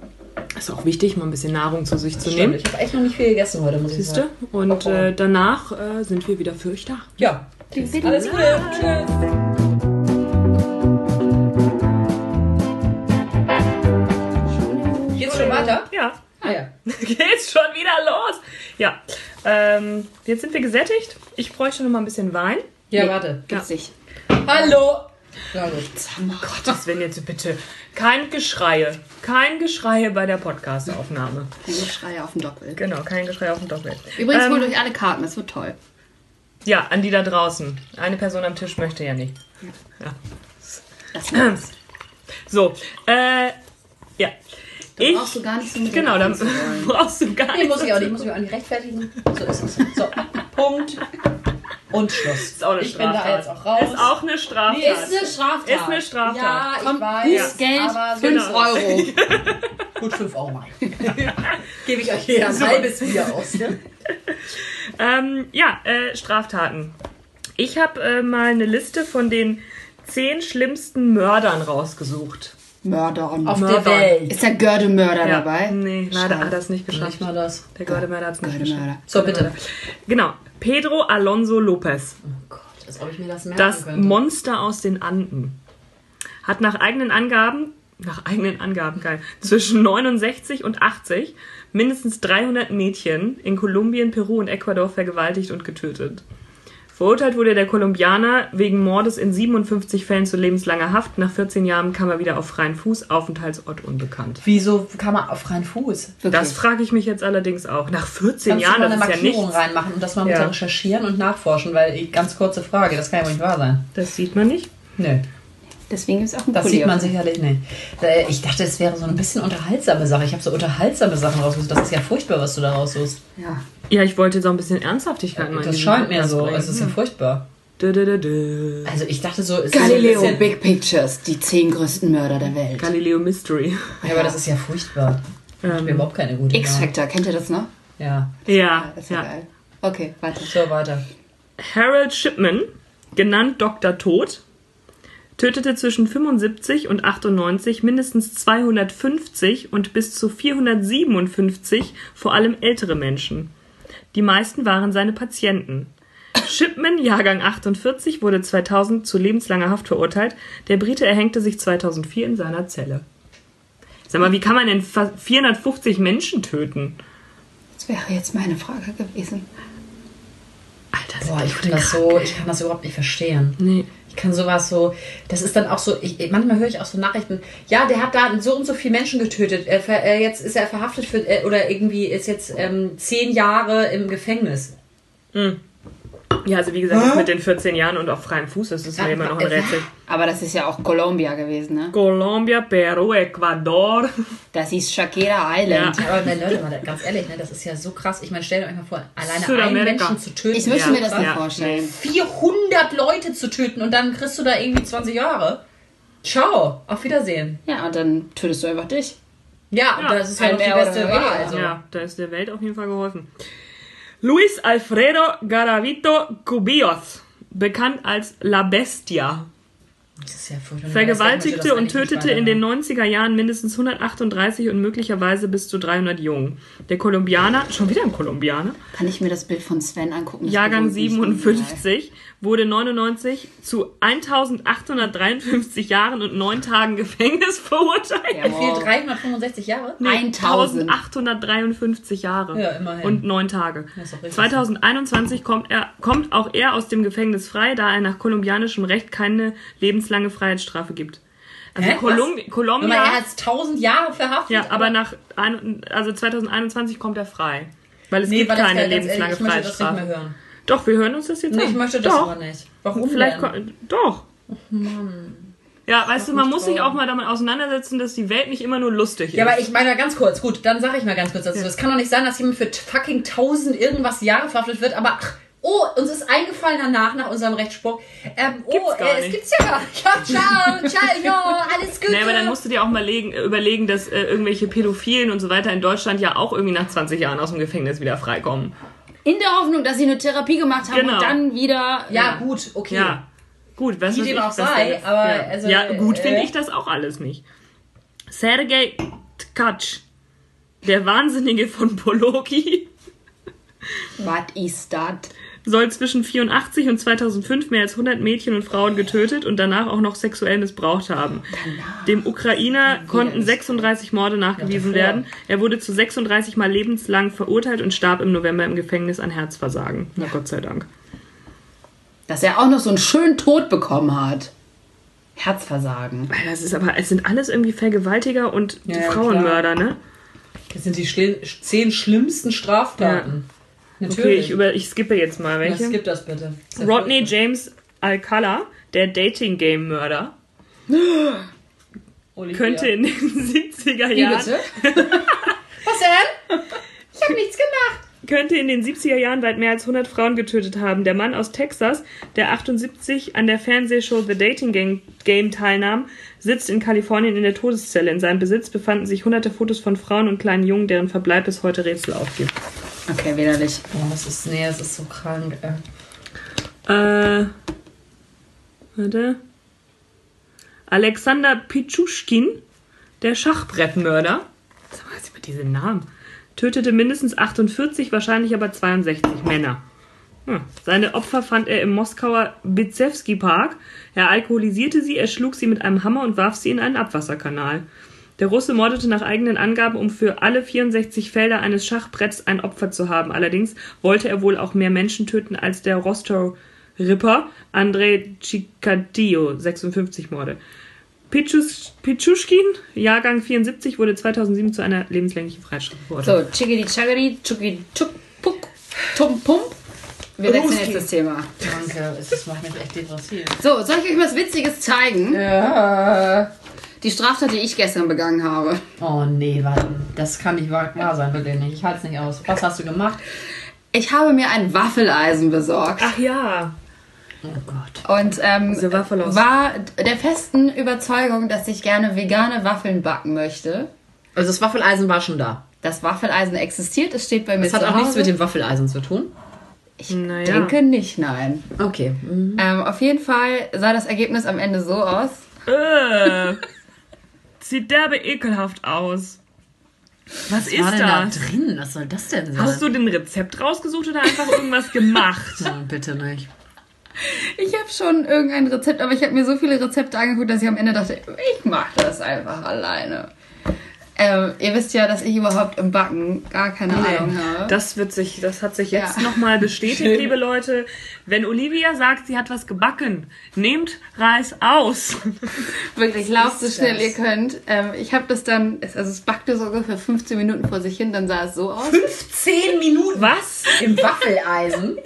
Speaker 3: Ist auch wichtig, mal ein bisschen Nahrung zu sich zu
Speaker 4: Stimmt,
Speaker 3: nehmen.
Speaker 4: ich habe echt noch nicht viel gegessen heute, muss ich
Speaker 3: Siehst du?
Speaker 4: sagen.
Speaker 3: Und äh, danach äh, sind wir wieder für euch da.
Speaker 4: Ja. Alles Gute. Tschüss. Geht's schon weiter?
Speaker 3: Ja,
Speaker 4: Ah ja.
Speaker 3: geht's schon wieder los. Ja, ähm, jetzt sind wir gesättigt. Ich bräuchte noch mal ein bisschen Wein.
Speaker 4: Ja, warte.
Speaker 2: Gibt's nicht.
Speaker 4: Hallo. Na gut.
Speaker 3: Gottes Willen, jetzt bitte. Kein Geschreie. Kein Geschreie bei der Podcast-Aufnahme.
Speaker 2: Keine Schreie auf dem Doppel.
Speaker 3: Genau, kein Geschrei auf dem Doppel.
Speaker 2: Übrigens
Speaker 3: Ähm,
Speaker 2: holt euch alle Karten, das wird toll.
Speaker 3: Ja, an die da draußen. Eine Person am Tisch möchte ja nicht.
Speaker 2: Das macht's.
Speaker 3: So, äh, ja. Ich,
Speaker 2: Brauchst du gar nicht so mit
Speaker 3: genau, dann
Speaker 2: den Karten zu rollen.
Speaker 3: brauchst du gar
Speaker 4: Nee,
Speaker 3: nicht.
Speaker 4: muss ich auch nicht. Muss ich mich auch nicht rechtfertigen. So ist es. So. Punkt. Und Schluss.
Speaker 3: Ist auch eine
Speaker 4: Ich bin da
Speaker 3: Straftat.
Speaker 4: jetzt auch raus.
Speaker 3: Ist auch eine Straftat.
Speaker 4: Nee,
Speaker 3: ist,
Speaker 4: ist eine Straftat.
Speaker 3: ist eine Straftat.
Speaker 4: Ja, ich weiß.
Speaker 2: Bußgeld,
Speaker 4: aber so genau.
Speaker 2: 5
Speaker 3: genau.
Speaker 2: Euro.
Speaker 4: Gut, 5 Euro mal. Gebe ich euch hier ein halbes Bier aus. Ne?
Speaker 3: Ähm, ja, äh, Straftaten. Ich habe äh, mal eine Liste von den zehn schlimmsten Mördern rausgesucht.
Speaker 2: Mörderin.
Speaker 4: Auf
Speaker 3: Mörder.
Speaker 4: der Welt.
Speaker 2: Ist der Gördemörder
Speaker 3: Ja.
Speaker 2: dabei?
Speaker 3: Nee, leider
Speaker 2: Schade.
Speaker 3: hat er es nicht geschafft.
Speaker 4: Nicht mal das.
Speaker 3: Der Gördemörder hat es nicht geschafft.
Speaker 2: Gördemörder.
Speaker 4: So, bitte.
Speaker 3: Genau. Pedro Alonso Lopez,
Speaker 4: Oh Gott, als ob ich mir das merken
Speaker 3: das
Speaker 4: könnte.
Speaker 3: Monster aus den Anden, hat nach eigenen Angaben, nach eigenen Angaben, geil, zwischen 69 und 80 mindestens 300 Mädchen in Kolumbien, Peru und Ecuador vergewaltigt und getötet. Verurteilt wurde der Kolumbianer wegen Mordes in 57 Fällen zu lebenslanger Haft. Nach 14 Jahren kam er wieder auf freien Fuß, Aufenthaltsort unbekannt.
Speaker 4: Wieso kann man auf freien Fuß?
Speaker 2: Wirklich.
Speaker 3: Das frage ich mich jetzt allerdings auch. Nach 14
Speaker 4: Kannst
Speaker 3: Jahren,
Speaker 4: du mal eine
Speaker 3: das ist ja
Speaker 4: Markierung
Speaker 3: nichts.
Speaker 4: reinmachen und das mal mit
Speaker 3: Ja.
Speaker 4: recherchieren und nachforschen? Weil, ich, ganz kurze Frage, das kann ja wohl nicht wahr sein.
Speaker 3: Das sieht man nicht.
Speaker 4: Nö,
Speaker 2: Deswegen gibt's auch ein
Speaker 4: das
Speaker 2: Pulli
Speaker 4: sieht man
Speaker 2: auf.
Speaker 4: sicherlich nicht. Äh, Ich dachte, es wäre so ein bisschen unterhaltsame Sache. Ich habe so unterhaltsame Sachen rausgesucht. Das ist ja furchtbar, was du da raussuchst.
Speaker 2: Ja.
Speaker 3: Ja, ich wollte jetzt auch ein bisschen Ernsthaftigkeit mal in
Speaker 4: Das
Speaker 3: diesen
Speaker 4: scheint mir
Speaker 3: Podcast
Speaker 4: so.
Speaker 3: bringen.
Speaker 4: Es ist ja furchtbar.
Speaker 3: Dö, dö, dö, dö.
Speaker 4: Also ich dachte so, es ist
Speaker 2: Galileo
Speaker 4: so ein bisschen,
Speaker 2: Big Pictures, die zehn größten Mörder der Welt.
Speaker 3: Galileo Mystery.
Speaker 4: Ja, aber das ist ja furchtbar. Ich mir überhaupt keine gute Wahl.
Speaker 2: X-Factor, kennt ihr das noch?
Speaker 4: Ja,
Speaker 3: Ja,
Speaker 2: Das ist ja
Speaker 3: Ah, ja.
Speaker 2: geil. Okay, weiter.
Speaker 4: so weiter.
Speaker 3: Harold Shipman, genannt Dr. Tod, tötete zwischen 75 und 98 mindestens 250 und bis zu 457 vor allem ältere Menschen. Die meisten waren seine Patienten. Shipman, Jahrgang 48, wurde 2000 zu lebenslanger Haft verurteilt. Der Brite erhängte sich 2004 in seiner Zelle. Sag mal, wie kann man denn fa- 450 Menschen töten?
Speaker 2: Das wäre jetzt meine Frage gewesen.
Speaker 3: Alter, sind
Speaker 4: Boah,
Speaker 3: die
Speaker 4: ich kann
Speaker 3: Leute
Speaker 4: das so, ich kann das überhaupt nicht verstehen.
Speaker 3: Nee.
Speaker 4: Ich kann sowas so, das ist dann auch so, ich, ich- manchmal höre ich auch so Nachrichten, ja, der hat da so und so viele Menschen getötet, er, ver- äh, jetzt ist er verhaftet für, äh, oder irgendwie ist jetzt ähm, zehn Jahre im Gefängnis.
Speaker 3: Ja, also wie gesagt, das mit den 14 Jahren und auf freiem Fuß, das
Speaker 4: Äh,
Speaker 3: ist mir immer noch ein Rätsel.
Speaker 2: Aber das ist ja auch Colombia gewesen, ne?
Speaker 3: Colombia, Peru, Ecuador.
Speaker 2: Das hieß Shakira Island.
Speaker 4: Aber meine Leute, mal, ganz ehrlich, ne, das ist ja so krass. Ich meine, stellt euch mal vor, alleine einen
Speaker 3: Südamerika.
Speaker 4: Menschen zu töten.
Speaker 2: Ich möchte
Speaker 3: Ja,
Speaker 2: mir das nicht
Speaker 3: ja.
Speaker 2: vorstellen.
Speaker 4: 400 Leute zu töten und dann kriegst du da irgendwie 20 Jahre. Ciao, auf Wiedersehen.
Speaker 2: Ja, und dann tötest du einfach dich.
Speaker 4: Ja,
Speaker 3: Ja,
Speaker 4: das ist halt die
Speaker 2: mehr
Speaker 4: beste
Speaker 2: oder
Speaker 4: Wahl.
Speaker 2: weniger.
Speaker 4: Also.
Speaker 3: Ja, da ist der Welt auf jeden Fall geholfen. Luis Alfredo Garavito Cubillos, bekannt als La Bestia,
Speaker 4: Das ist ja furchtbar.
Speaker 3: vergewaltigte und
Speaker 4: Ich möchte das
Speaker 3: tötete
Speaker 4: eigentlich
Speaker 3: in
Speaker 4: nicht
Speaker 3: den 90er Jahren mindestens 138 und möglicherweise bis zu 300 Jungen. Der Kolumbianer, schon wieder ein Kolumbianer,
Speaker 2: Kann ich mir das Bild von Sven angucken? Das
Speaker 3: Jahrgang
Speaker 2: beruhigt mich
Speaker 3: 57, wurde 99 zu 1853 Jahren und 9 Tagen Gefängnis verurteilt.
Speaker 2: total.
Speaker 4: Wie viel,
Speaker 2: Jawohl.
Speaker 4: 365 Jahre?
Speaker 2: 1000.
Speaker 3: 1853 Jahre
Speaker 4: Ja, immerhin.
Speaker 3: und neun Tage.
Speaker 4: Das ist doch richtig.
Speaker 3: 2021 kommt, er, kommt auch er aus dem Gefängnis frei, da er nach kolumbianischem Recht keine lebenslange Freiheitsstrafe gibt. Also
Speaker 4: Hä?
Speaker 3: Kolum
Speaker 4: Was? Guck mal, er
Speaker 3: Kolumbia,
Speaker 4: hat 1000 Jahre verhaftet.
Speaker 3: ja, aber nach ein, also 2021 kommt er frei, weil es gibt
Speaker 4: weil das
Speaker 3: keine
Speaker 4: ja ganz
Speaker 3: lebenslange
Speaker 4: ehrlich, Ich möchte das nicht mehr
Speaker 3: Freiheitsstrafe.
Speaker 4: hören.
Speaker 3: Doch, wir hören uns das jetzt
Speaker 4: Nee,
Speaker 3: an.
Speaker 4: ich möchte das
Speaker 3: Doch.
Speaker 4: aber nicht. Warum
Speaker 3: Vielleicht
Speaker 4: denn?
Speaker 3: ko- doch. Ja, weißt du, man muss sich auch mal damit auseinandersetzen, dass die Welt nicht immer nur lustig ist.
Speaker 4: Ja, aber ich meine mal ganz kurz, gut, dann sage ich mal ganz kurz dazu. Es kann doch nicht sein, dass jemand für t- fucking tausend irgendwas Jahre verhaftet wird, aber ach, oh, uns ist eingefallen danach, nach unserem Rechtsspruch, ähm, oh,
Speaker 3: Gibt's gar
Speaker 4: äh, es
Speaker 3: nicht.
Speaker 4: gibt's ja gar nicht. Ja, ciao, ciao, ja, alles Gute.
Speaker 3: Nee, aber dann musst du dir auch mal legen, äh, überlegen, dass äh, irgendwelche Pädophilen und so weiter in Deutschland ja auch irgendwie nach 20 Jahren aus dem Gefängnis wieder freikommen.
Speaker 2: In der Hoffnung, dass sie eine Therapie gemacht haben
Speaker 3: Genau.
Speaker 2: und dann wieder.
Speaker 4: ja, gut, okay.
Speaker 3: Ja. Gut, was
Speaker 4: Wie
Speaker 3: weiß
Speaker 4: dem
Speaker 3: ich,
Speaker 4: auch
Speaker 3: was
Speaker 4: sei,
Speaker 3: da jetzt-
Speaker 4: aber
Speaker 3: ja.
Speaker 4: also,
Speaker 3: ja, gut
Speaker 4: äh,
Speaker 3: finde ich das auch alles nicht. Sergei Tkatsch, der Wahnsinnige von Poloki,
Speaker 2: What is that?
Speaker 3: soll zwischen 84 und 2005 mehr als 100 Mädchen und Frauen getötet und danach auch noch sexuell missbraucht haben. Dem Ukrainer konnten 36 Morde nachgewiesen
Speaker 4: davor.
Speaker 3: werden. Er wurde zu 36 Mal lebenslang verurteilt und starb im November im Gefängnis an Herzversagen. Na Gott sei Dank.
Speaker 2: Dass er auch noch so einen schönen Tod bekommen hat. Herzversagen.
Speaker 3: Alter, Das ist aber, es sind alles irgendwie Vergewaltiger und
Speaker 4: Ja, ja,
Speaker 3: Frauenmörder, ne?
Speaker 4: Das sind die schli- zehn schlimmsten Straftaten.
Speaker 3: Okay,
Speaker 4: Natürlich.
Speaker 3: ich, über, ich skippe jetzt mal
Speaker 4: Was
Speaker 3: welche.
Speaker 4: gibt das bitte? Das ist ja
Speaker 3: Rodney James Alcala, der Dating-Game-Mörder,
Speaker 4: Olivia.
Speaker 3: könnte in den 70er
Speaker 4: Wie
Speaker 3: Jahren
Speaker 4: bitte? Was denn? Ich habe nichts gemacht.
Speaker 3: könnte in den 70er Jahren weit mehr als 100 Frauen getötet haben. Der Mann aus Texas, der 78 an der Fernsehshow The Dating Gang- Game teilnahm, sitzt in Kalifornien in der Todeszelle. In seinem Besitz befanden sich hunderte Fotos von Frauen und kleinen Jungen, deren Verbleib bis heute Rätsel aufgibt.
Speaker 2: Okay, widerlich.
Speaker 4: Oh, das ist, nee, das ist so krank. ey.
Speaker 3: Äh. Warte. Alexander Pichuschkin, der Schachbrettmörder. Sag mal, was ist mit diesem Namen? Tötete mindestens 48, wahrscheinlich aber 62 Männer. Hm. Seine Opfer fand er im Moskauer Bizewski Park. Er alkoholisierte sie, erschlug sie mit einem Hammer und warf sie in einen Abwasserkanal. Der Russe mordete nach eigenen Angaben, um für alle 64 Felder eines Schachbretts ein Opfer zu haben. Allerdings wollte er wohl auch mehr Menschen töten als der Rostow-Ripper Andrei Chikatilo, 56 Morde. Pichus- Pichuschkin, Jahrgang 74, wurde 2007 zu einer lebenslänglichen Freiheitsstrafe verurteilt.
Speaker 2: So, chiggity chaggity, chuggy chuck, puck, tum pump. Wir wechseln jetzt das Thema.
Speaker 4: Danke, es- das macht mich echt depressiv.
Speaker 2: So, soll ich euch was Witziges zeigen?
Speaker 4: Ja.
Speaker 2: Die Straftat, die ich gestern begangen habe.
Speaker 4: Oh nee, warte. Das kann nicht wahr, wahr sein, wirklich nicht. Ich halte es nicht aus. Was hast du gemacht?
Speaker 2: Ich habe mir ein Waffeleisen besorgt
Speaker 3: Ach ja.
Speaker 4: Oh Gott.
Speaker 2: und ähm,
Speaker 3: The Waffelhaus.
Speaker 2: war der festen Überzeugung, dass ich gerne vegane Waffeln backen möchte.
Speaker 4: Also das Waffeleisen war schon da.
Speaker 2: Das Waffeleisen existiert, es steht bei mir
Speaker 4: Das hat
Speaker 2: zu
Speaker 4: auch
Speaker 2: Hause.
Speaker 4: nichts mit dem Waffeleisen zu tun.
Speaker 2: Ich
Speaker 3: Naja.
Speaker 2: denke nicht, nein.
Speaker 4: Okay. mhm.
Speaker 2: Ähm, auf jeden Fall sah das Ergebnis am Ende so aus.
Speaker 3: Äh, sieht derbe ekelhaft aus. Was
Speaker 4: Was war
Speaker 3: ist
Speaker 4: denn da
Speaker 3: das?
Speaker 4: drin? Was soll das denn sein?
Speaker 3: Hast du den Rezept rausgesucht oder einfach irgendwas gemacht?
Speaker 4: Nein, bitte nicht.
Speaker 2: Ich habe schon irgendein Rezept, aber ich habe mir so viele Rezepte angeguckt, dass ich am Ende dachte, ich mache das einfach alleine. Ähm, ihr wisst ja, dass ich überhaupt im Backen gar keine Ahnung habe.
Speaker 3: Das wird sich, das hat sich jetzt
Speaker 2: Ja.
Speaker 3: nochmal bestätigt, liebe Leute. Wenn Olivia sagt, sie hat was gebacken, nehmt Reis aus.
Speaker 2: Wirklich, lauft so
Speaker 4: ist
Speaker 2: schnell
Speaker 4: das?
Speaker 2: ihr könnt. Ähm, ich habe das dann, es- also es backte so ungefähr 15 Minuten vor sich hin, dann sah es so aus.
Speaker 4: 15 Minuten
Speaker 3: Was?
Speaker 4: im Waffeleisen? ja.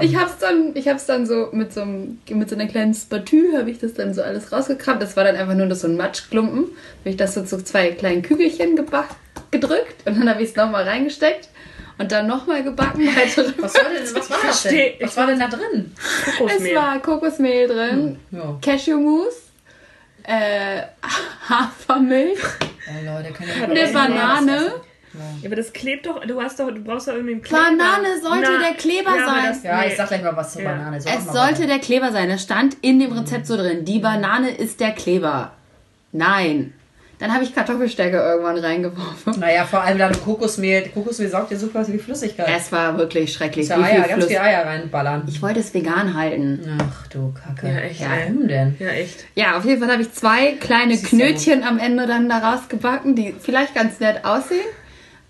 Speaker 2: Ich habe es dann, ich hab's dann so mit so, einem, mit so einer kleinen Spatü habe ich das dann so alles rausgekramt. Das war dann einfach nur das so ein Matschklumpen. Habe ich das so zu zwei kleinen Kügelchen gebackt, gedrückt und dann habe ich es nochmal reingesteckt und dann nochmal gebacken. Weitere-
Speaker 4: Was, war denn, was war das denn?
Speaker 3: Versteh-
Speaker 4: Was war denn da drin?
Speaker 2: es
Speaker 3: Kokosmehl.
Speaker 2: war Kokosmehl drin,
Speaker 4: Ja.
Speaker 2: Cashewmus, äh, Hafermilch,
Speaker 4: Oh, Leute, kann ich
Speaker 2: eine Banane.
Speaker 3: Ja, aber das klebt doch, du hast doch, du brauchst doch irgendwie einen Kleber.
Speaker 2: Banane sollte der Kleber
Speaker 3: ja, aber
Speaker 2: sein.
Speaker 3: das-
Speaker 4: Ja,
Speaker 3: nee.
Speaker 4: ich sag gleich mal was zur
Speaker 3: Ja.
Speaker 4: Banane. Soll
Speaker 2: Es
Speaker 4: mal
Speaker 2: sollte der Kleber sein. Das stand in dem Rezept so drin. Die Banane ist der Kleber. Nein. Dann habe ich Kartoffelstärke irgendwann reingeworfen.
Speaker 4: Naja, vor allem dann Kokosmehl. Kokosmehl saugt ja super viel Flüssigkeit.
Speaker 2: Es war wirklich schrecklich.
Speaker 4: Muss ja
Speaker 2: Wie viel
Speaker 4: Eier, ganz
Speaker 2: Fluss.
Speaker 4: viel Eier reinballern.
Speaker 2: Ich wollte es vegan halten.
Speaker 4: Ach du Kacke.
Speaker 3: Ja, echt, ey.
Speaker 4: Warum denn?
Speaker 3: Ja, echt.
Speaker 2: Ja, auf jeden Fall habe ich zwei kleine
Speaker 4: du mal.
Speaker 2: Knötchen am Ende dann daraus gebacken, die vielleicht ganz nett aussehen,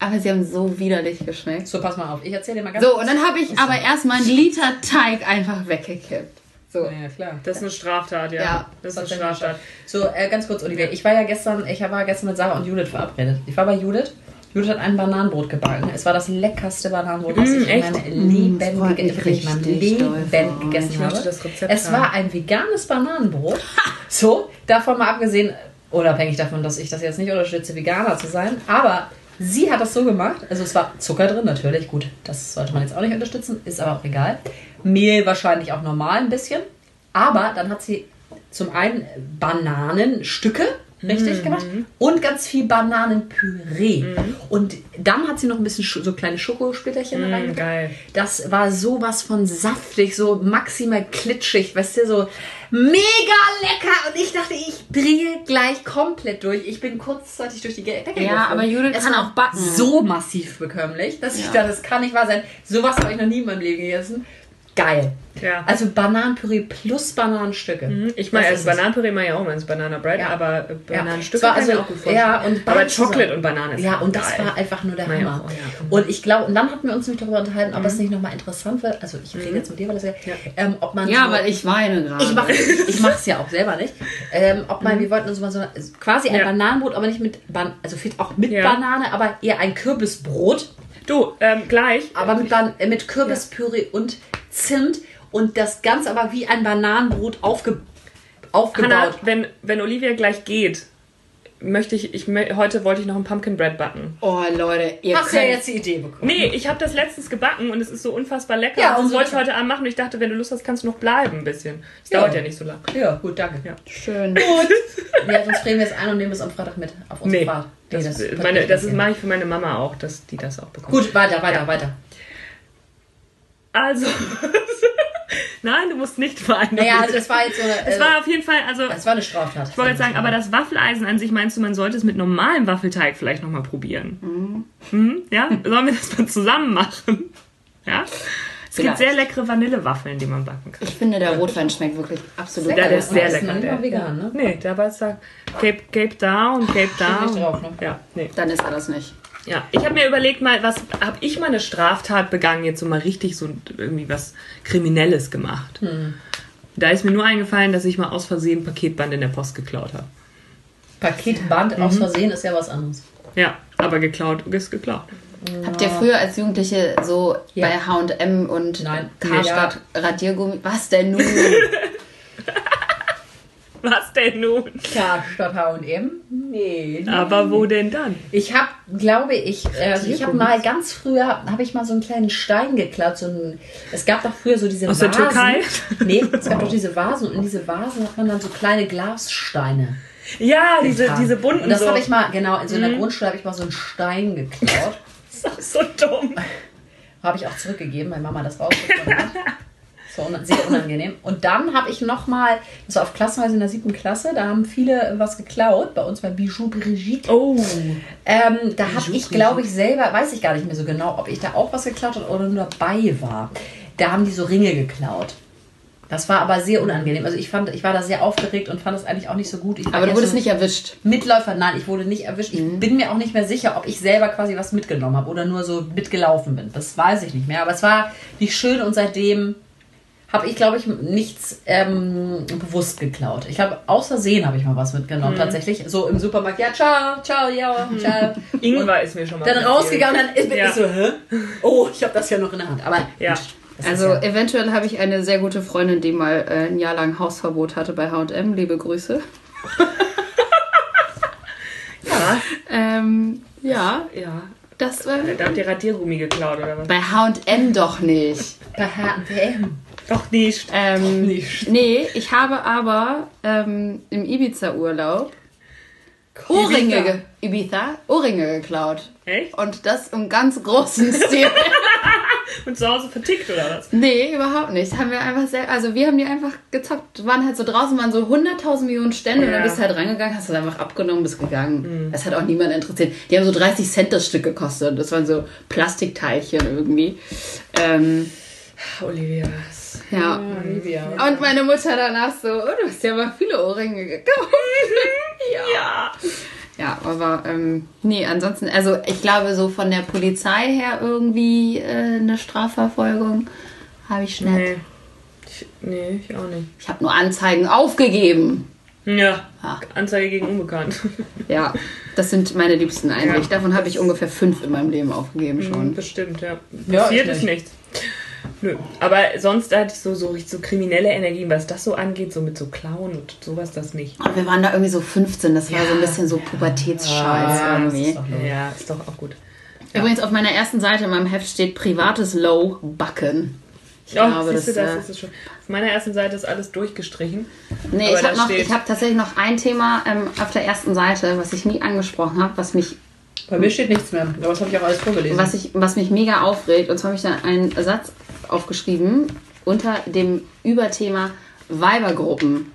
Speaker 2: aber sie haben so widerlich geschmeckt.
Speaker 4: So, pass mal auf. Ich erzähle dir mal ganz
Speaker 2: So, und dann habe ich aber erstmal einen Liter Teig einfach weggekippt. So.
Speaker 4: Ja, klar.
Speaker 3: Das ist eine Straftat, ja.
Speaker 2: Ja,
Speaker 3: das ist eine Straftat.
Speaker 4: So, äh, ganz kurz, Olivia. Ich war ja gestern, ich war gestern mit Sarah und Judith verabredet. Ich war bei Judith. Judith hat ein Bananenbrot gebacken. Es war das leckerste Bananenbrot, was
Speaker 3: Mm,
Speaker 4: ich
Speaker 3: echt?
Speaker 4: in meinem
Speaker 2: Mm,
Speaker 4: Leben,
Speaker 2: das freut mich
Speaker 4: wirklich in meinem
Speaker 2: richtig doll
Speaker 4: Leben
Speaker 2: für
Speaker 4: gegessen
Speaker 2: euch.
Speaker 3: Ich
Speaker 4: habe.
Speaker 3: möchte das Rezept
Speaker 4: es war ein veganes Bananenbrot. So, davon mal abgesehen, unabhängig davon, dass ich das jetzt nicht unterstütze, Veganer zu sein, aber sie hat das so gemacht. Also es war Zucker drin, natürlich, gut, das sollte man jetzt auch nicht unterstützen, ist aber auch egal. Mehl wahrscheinlich auch normal ein bisschen. Aber dann hat sie zum einen Bananenstücke
Speaker 3: Mhm.
Speaker 4: richtig gemacht und ganz viel Bananenpüree. Und dann hat sie noch ein bisschen Sch- so kleine Schokosplitterchen mhm, reingemacht.
Speaker 3: geil.
Speaker 4: Das war sowas von saftig, so maximal klitschig, weißt du, so mega lecker. Und ich dachte, ich drehe gleich komplett durch. Ich bin kurzzeitig durch die Decke
Speaker 2: Ja,
Speaker 4: geflogen.
Speaker 2: aber Judith
Speaker 4: es
Speaker 2: kann
Speaker 4: war
Speaker 2: auch backen.
Speaker 4: So massiv bekömmlich, dass ich dachte, das kann nicht wahr sein. Sowas habe ich noch nie in meinem Leben gegessen. Geil.
Speaker 3: Ja.
Speaker 4: Also Bananenpüree plus Bananenstücke.
Speaker 2: Mhm.
Speaker 3: Ich meine,
Speaker 4: Das
Speaker 3: als
Speaker 4: ist es.
Speaker 3: Bananenpüree mache ich auch meins Banana Bread,
Speaker 4: Ja.
Speaker 3: aber äh,
Speaker 4: Ja.
Speaker 3: Bananenstücke
Speaker 4: Zwar
Speaker 3: kann ich
Speaker 4: also-
Speaker 3: mir auch gut vorstellen.
Speaker 4: ja, und
Speaker 3: aber
Speaker 4: beides
Speaker 3: Chocolate
Speaker 4: zusammen.
Speaker 3: und Banane ist
Speaker 4: Ja, und das
Speaker 3: geil.
Speaker 4: war einfach nur der
Speaker 3: Na ja,
Speaker 4: Hammer.
Speaker 3: oh ja. Mhm.
Speaker 4: Und ich glaube, und dann hatten wir uns nämlich darüber unterhalten, ob es nicht nochmal interessant wird. Also ich rede jetzt mit dir, weil das ja, ähm, ob man
Speaker 2: Ja,
Speaker 4: so-
Speaker 2: weil ich weine gerade.
Speaker 4: ich mache ich mach's ja auch selber nicht. Ähm, ob man, wir wollten uns mal so also quasi ein
Speaker 3: Mhm. Ja.
Speaker 4: Bananenbrot, aber nicht mit Ban also fit auch mit
Speaker 3: Ja.
Speaker 4: Banane, aber eher ein Kürbisbrot,
Speaker 3: Du, ähm, gleich.
Speaker 4: aber mit, Ban äh, mit Kürbispüree und Zimt und das Ganze aber wie ein Bananenbrot aufge aufgebaut.
Speaker 3: Hannah, wenn, wenn Olivia gleich geht, möchte ich, ich mö- heute wollte ich noch ein Pumpkin Bread backen.
Speaker 2: oh, Leute, ihr
Speaker 4: Hast du ja
Speaker 2: könnt-
Speaker 4: jetzt die Idee bekommen.
Speaker 3: Nee, ich habe das letztens gebacken und es ist so unfassbar lecker.
Speaker 4: Ja,
Speaker 3: und das
Speaker 4: und so
Speaker 3: wollte ich
Speaker 4: lecker.
Speaker 3: heute Abend machen und ich dachte, wenn du Lust hast, kannst du noch bleiben ein bisschen. Das
Speaker 4: Ja.
Speaker 3: dauert ja nicht so lange.
Speaker 4: Ja, gut, danke.
Speaker 3: Ja.
Speaker 2: Schön.
Speaker 4: Ja, sonst frieren wir es ein und nehmen es am Freitag mit auf unsere
Speaker 3: Nee,
Speaker 4: Fahrt.
Speaker 3: das,
Speaker 4: wird
Speaker 3: meine,
Speaker 4: nicht
Speaker 3: das ist-
Speaker 4: passieren.
Speaker 3: mache ich für meine Mama auch, dass die das auch bekommt.
Speaker 4: Gut, weiter, weiter, weiter.
Speaker 3: Also, nein, du musst nicht weinen.
Speaker 4: Naja, also es war jetzt so eine,
Speaker 3: es
Speaker 4: äh,
Speaker 3: war auf jeden Fall, also
Speaker 4: es war eine Straftat.
Speaker 3: Ich wollte jetzt sagen, aber das Waffeleisen an sich meinst du, man sollte es mit normalem Waffelteig vielleicht nochmal probieren?
Speaker 4: Mhm.
Speaker 3: Hm, ja? Sollen wir das mal zusammen machen? Ja? Es gibt
Speaker 2: Vielleicht.
Speaker 3: sehr leckere Vanillewaffeln, die man backen kann.
Speaker 2: Ich finde, der Rotwein schmeckt wirklich absolut
Speaker 3: Ja, der
Speaker 2: geil.
Speaker 3: ist sehr
Speaker 4: Und das
Speaker 3: lecker,
Speaker 4: noch nicht mal
Speaker 3: der.
Speaker 4: vegan, ne?
Speaker 3: Nee, dabei ist da Cape, Cape Down, Cape Down.
Speaker 4: nicht drauf, ne?
Speaker 3: Ja, nee.
Speaker 2: Dann ist er das nicht.
Speaker 3: Ja, ich habe mir überlegt, mal, was habe ich mal eine Straftat begangen, jetzt so mal richtig so irgendwie was Kriminelles gemacht.
Speaker 4: Hm.
Speaker 3: Da ist mir nur eingefallen, dass ich mal aus Versehen Paketband in der Post geklaut habe. Mhm.
Speaker 4: Paketband aus Versehen ist ja was anderes.
Speaker 3: Ja, aber geklaut ist geklaut.
Speaker 2: Habt ihr früher als Jugendliche so
Speaker 4: Ja.
Speaker 2: bei H&M und
Speaker 4: Nein.
Speaker 2: Karstadt Radiergummi... Was denn nun?
Speaker 3: Was denn nun?
Speaker 4: Klar, statt H&M? Nee.
Speaker 3: Aber wo denn dann?
Speaker 4: Ich habe, glaube ich, äh, ich habe mal ganz früher, habe ich mal so einen kleinen Stein geklaut. So einen, es gab doch früher so diese
Speaker 3: Aus der
Speaker 4: Vasen.
Speaker 3: Türkei?
Speaker 4: Nee, es gab doch diese Vasen und in diese Vasen hat man dann so kleine Glassteine.
Speaker 3: Ja, diese,
Speaker 4: getan.
Speaker 3: diese bunten
Speaker 4: Und das
Speaker 3: so. Mhm.
Speaker 4: habe ich mal, genau, in so einer Grundschule habe ich mal so einen Stein geklaut.
Speaker 3: Das ist so dumm.
Speaker 4: Habe ich auch zurückgegeben, weil Mama das rausgefunden hat. Das war un sehr unangenehm. Und dann habe ich nochmal, das war auf Klassenreise in der siebten Klasse, da haben viele äh, was geklaut. Bei uns war Bijou Brigitte.
Speaker 3: Oh.
Speaker 4: Ähm, da habe ich, glaube ich, selber, weiß ich gar nicht mehr so genau, ob ich da auch was geklaut habe oder nur dabei war. Da haben die so Ringe geklaut. Das war aber sehr unangenehm. Also ich fand, ich war da sehr aufgeregt und fand das eigentlich auch nicht so gut. Ich war
Speaker 2: Aber du
Speaker 4: eher
Speaker 2: wurdest
Speaker 4: so
Speaker 2: nicht erwischt.
Speaker 4: Mitläufer, nein, ich wurde nicht erwischt. Ich bin mir auch nicht mehr sicher, ob ich selber quasi was mitgenommen habe oder nur so mitgelaufen bin. Das weiß ich nicht mehr. Aber es war nicht schön und seitdem habe ich, glaube ich, nichts ähm, bewusst geklaut. Ich glaube, aus Versehen habe ich mal was mitgenommen,
Speaker 3: Mhm.
Speaker 4: tatsächlich. So im Supermarkt, ja, ciao, ciao, ja, ciao.
Speaker 3: Ingwer ist mir schon mal.
Speaker 4: Dann
Speaker 3: passiert.
Speaker 4: rausgegangen, dann ist bin
Speaker 3: Ja.
Speaker 4: ich so, hä? Oh, ich habe das ja noch in der Hand. Aber
Speaker 3: Ja.
Speaker 4: gut, das
Speaker 2: Also
Speaker 4: ist ja,
Speaker 2: eventuell habe ich eine sehr gute Freundin, die mal äh, ein Jahr lang Hausverbot hatte bei H&M. Liebe Grüße.
Speaker 3: Ja.
Speaker 2: Ähm, ja,
Speaker 3: ja.
Speaker 2: das war...
Speaker 3: Da habt ihr Radiergummi geklaut oder was?
Speaker 2: Bei H&M doch nicht.
Speaker 4: bei H&M.
Speaker 3: Doch nicht.
Speaker 2: Ähm,
Speaker 4: Nicht.
Speaker 2: Nee, ich habe aber ähm, im Ibiza-Urlaub Ohrringe, ge Ibiza, Ohrringe geklaut.
Speaker 3: Echt?
Speaker 2: Und das im ganz großen Stil.
Speaker 3: Und zu Hause vertickt oder was?
Speaker 2: nee, überhaupt nicht. Haben wir einfach sehr, also wir haben die einfach gezockt. Waren halt so draußen, waren so 100.000 Millionen Stände und
Speaker 3: Ja.
Speaker 2: dann
Speaker 3: Mhm.
Speaker 2: bist du halt reingegangen, hast das einfach abgenommen, bist gegangen. Das hat auch niemand interessiert. Die haben so 30 Cent das Stück gekostet. Das waren so Plastikteilchen irgendwie. Ähm,
Speaker 3: Olivia.
Speaker 2: ja. Und meine Mutter danach so, oh, du hast ja mal viele Ohrringe gekauft.
Speaker 3: Ja.
Speaker 2: Ja, aber ähm, nee, ansonsten, also ich glaube, so von der Polizei her irgendwie äh, eine Strafverfolgung habe ich schnell.
Speaker 3: Nee. Ich, nee, ich auch nicht.
Speaker 2: Ich habe nur Anzeigen aufgegeben.
Speaker 3: Ja.
Speaker 2: Ja.
Speaker 3: Anzeige gegen Unbekannt.
Speaker 2: Ja, das sind meine liebsten eigentlich. Davon habe ich ungefähr fünf in meinem Leben
Speaker 3: Mhm.
Speaker 2: aufgegeben schon.
Speaker 3: Bestimmt, ja.
Speaker 4: Ja,
Speaker 3: Passiert
Speaker 4: ich
Speaker 3: ist nichts. Nö. Aber sonst hatte ich so, so, richtig so kriminelle Energien, was das so angeht, so mit so Clown und sowas, das nicht.
Speaker 2: Und wir waren da irgendwie so 15, das war so ein bisschen so Pubertätsscheiß irgendwie.
Speaker 3: Ja, ist doch auch gut.
Speaker 2: Übrigens, auf meiner ersten Seite in meinem Heft steht privates Low Backen. Ich
Speaker 3: Ja, siehst du, das,
Speaker 2: äh,
Speaker 3: ist es schon. Auf meiner ersten Seite ist alles durchgestrichen.
Speaker 2: Nee,
Speaker 3: Aber
Speaker 2: ich habe
Speaker 3: da
Speaker 2: noch,
Speaker 3: steht-
Speaker 2: ich habe tatsächlich noch ein Thema ähm, auf der ersten Seite, was ich nie angesprochen habe, was mich,
Speaker 4: Bei mir steht nichts mehr, aber das habe ich auch alles vorgelesen.
Speaker 2: was ich, was mich mega aufregt. Und zwar habe ich da einen Satz aufgeschrieben unter dem Überthema Weibergruppen.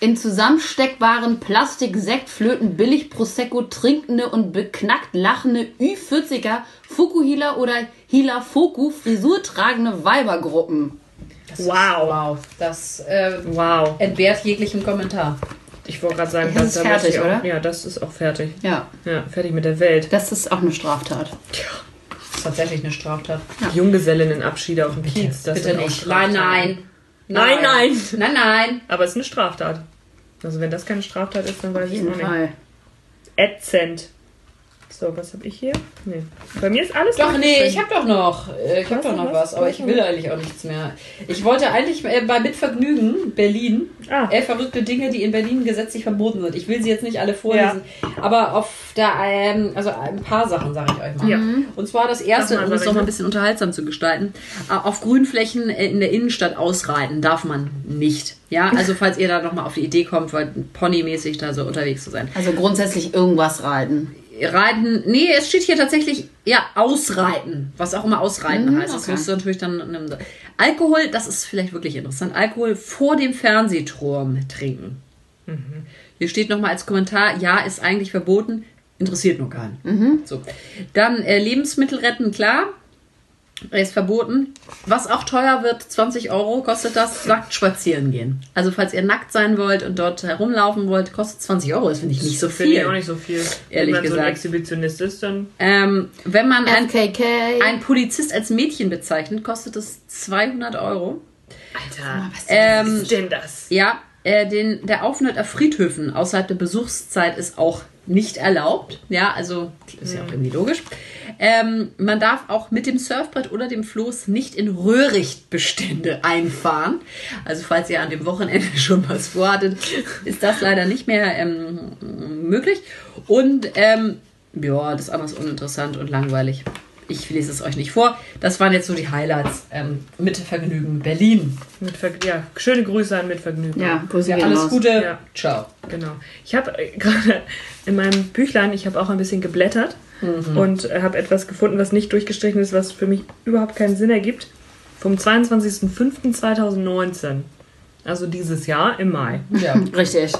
Speaker 2: In zusammensteckbaren Plastiksektflöten billig Prosecco trinkende und beknackt lachende Ü40er Fukuhila oder Hila Foku Frisur tragende Weibergruppen.
Speaker 4: das
Speaker 3: Wow.
Speaker 4: wow. Das äh,
Speaker 3: Wow.
Speaker 4: entbehrt jeglichen Kommentar.
Speaker 3: Ich wollte gerade sagen,
Speaker 2: Das ist
Speaker 3: da möchte ich
Speaker 2: fertig,
Speaker 3: auch,
Speaker 2: oder?
Speaker 3: Ja, das ist auch fertig.
Speaker 2: Ja,
Speaker 3: Ja, fertig mit der Welt.
Speaker 2: das ist auch eine Straftat.
Speaker 4: Das ist tatsächlich eine Straftat.
Speaker 3: Junggesellinnenabschiede auf dem Kiez. Das
Speaker 4: Bitte
Speaker 3: sind auch
Speaker 4: nicht. Nein,
Speaker 3: Straftaten.
Speaker 4: nein.
Speaker 3: Nein, nein.
Speaker 4: Nein, nein.
Speaker 3: Aber es ist eine Straftat. Also wenn das keine Straftat ist, dann weiß
Speaker 2: Auf
Speaker 3: ich es
Speaker 2: jeden
Speaker 3: auch nicht.
Speaker 2: Fall.
Speaker 3: Ätzend. So, was habe ich hier? Nee. Bei mir ist alles
Speaker 4: Doch, nee,
Speaker 3: aufgeschrieben.
Speaker 4: ich hab doch noch. äh, Ich hab
Speaker 3: Hast du
Speaker 4: doch noch
Speaker 3: was?
Speaker 4: was, aber ich will eigentlich auch nichts mehr. Ich wollte eigentlich äh, bei Mitvergnügen Berlin
Speaker 3: Ah.
Speaker 4: elf verrückte Dinge, die in Berlin gesetzlich verboten sind. Ich will sie jetzt nicht alle vorlesen, aber auf der, ähm, also ein paar Sachen sage ich euch mal.
Speaker 3: Ja.
Speaker 4: Und zwar das erste,
Speaker 3: Sag mal,
Speaker 4: um es
Speaker 3: sag ich
Speaker 4: noch mal
Speaker 3: mal.
Speaker 4: ein
Speaker 5: bisschen unterhaltsam zu gestalten. Äh, Auf Grünflächen äh, in der Innenstadt ausreiten darf man nicht. Ja, also falls ihr da nochmal auf die Idee kommt, weil ponymäßig da so unterwegs zu sein.
Speaker 2: Also grundsätzlich irgendwas reiten.
Speaker 5: Reiten, nee, es steht hier tatsächlich, ja, ausreiten, was auch immer ausreiten
Speaker 2: Mhm,
Speaker 5: heißt. Das
Speaker 2: okay.
Speaker 5: musst du natürlich dann. nimm- Alkohol, das ist vielleicht wirklich interessant, Alkohol vor dem Fernsehturm trinken.
Speaker 3: Mhm.
Speaker 5: Hier steht nochmal als Kommentar, ja, ist eigentlich verboten, interessiert nur keinen.
Speaker 3: Mhm.
Speaker 5: So. Dann äh, Lebensmittel retten, klar, ist verboten. Was auch teuer wird, 20 Euro kostet das, nackt spazieren gehen. Also falls ihr nackt sein wollt und dort herumlaufen wollt, kostet 20 Euro, das finde ich nicht so
Speaker 3: Finde ich
Speaker 5: viel.
Speaker 3: auch nicht so viel.
Speaker 5: Ehrlich
Speaker 3: Wenn man so
Speaker 5: gesagt.
Speaker 3: ein Exhibitionist ist, dann
Speaker 5: Ähm, wenn man ein,
Speaker 2: MKK.
Speaker 5: ein Polizist als Mädchen bezeichnet, kostet es 200 Euro.
Speaker 3: Alter,
Speaker 5: Ähm,
Speaker 3: was ist denn das?
Speaker 5: Ja, äh, den, der Aufenthalt auf Friedhöfen außerhalb der Besuchszeit ist auch nicht erlaubt. Ja, also ist ja auch irgendwie logisch. Ähm, man darf auch mit dem Surfbrett oder dem Floß nicht in Röhrichtbestände einfahren. Also falls ihr an dem Wochenende schon was vorhattet, ist das leider nicht mehr ähm, möglich. Und ähm, ja, das andere ist uninteressant und langweilig. Ich lese es euch nicht vor. Das waren jetzt so die Highlights ähm, mit Vergnügen Berlin.
Speaker 3: Mit Ver ja, schöne Grüße an Mitvergnügen.
Speaker 2: ja, Grüße
Speaker 4: Ja,
Speaker 2: gehen
Speaker 4: alles
Speaker 2: raus.
Speaker 4: Gute.
Speaker 3: Ja.
Speaker 4: Ciao.
Speaker 3: Genau. Ich habe äh, gerade in meinem Büchlein, ich habe auch ein bisschen geblättert
Speaker 2: Mhm.
Speaker 3: und äh, habe etwas gefunden, was nicht durchgestrichen ist, was für mich überhaupt keinen Sinn ergibt. Vom 22.05.2019, also dieses Jahr im Mai.
Speaker 4: Ja.
Speaker 2: Richtig.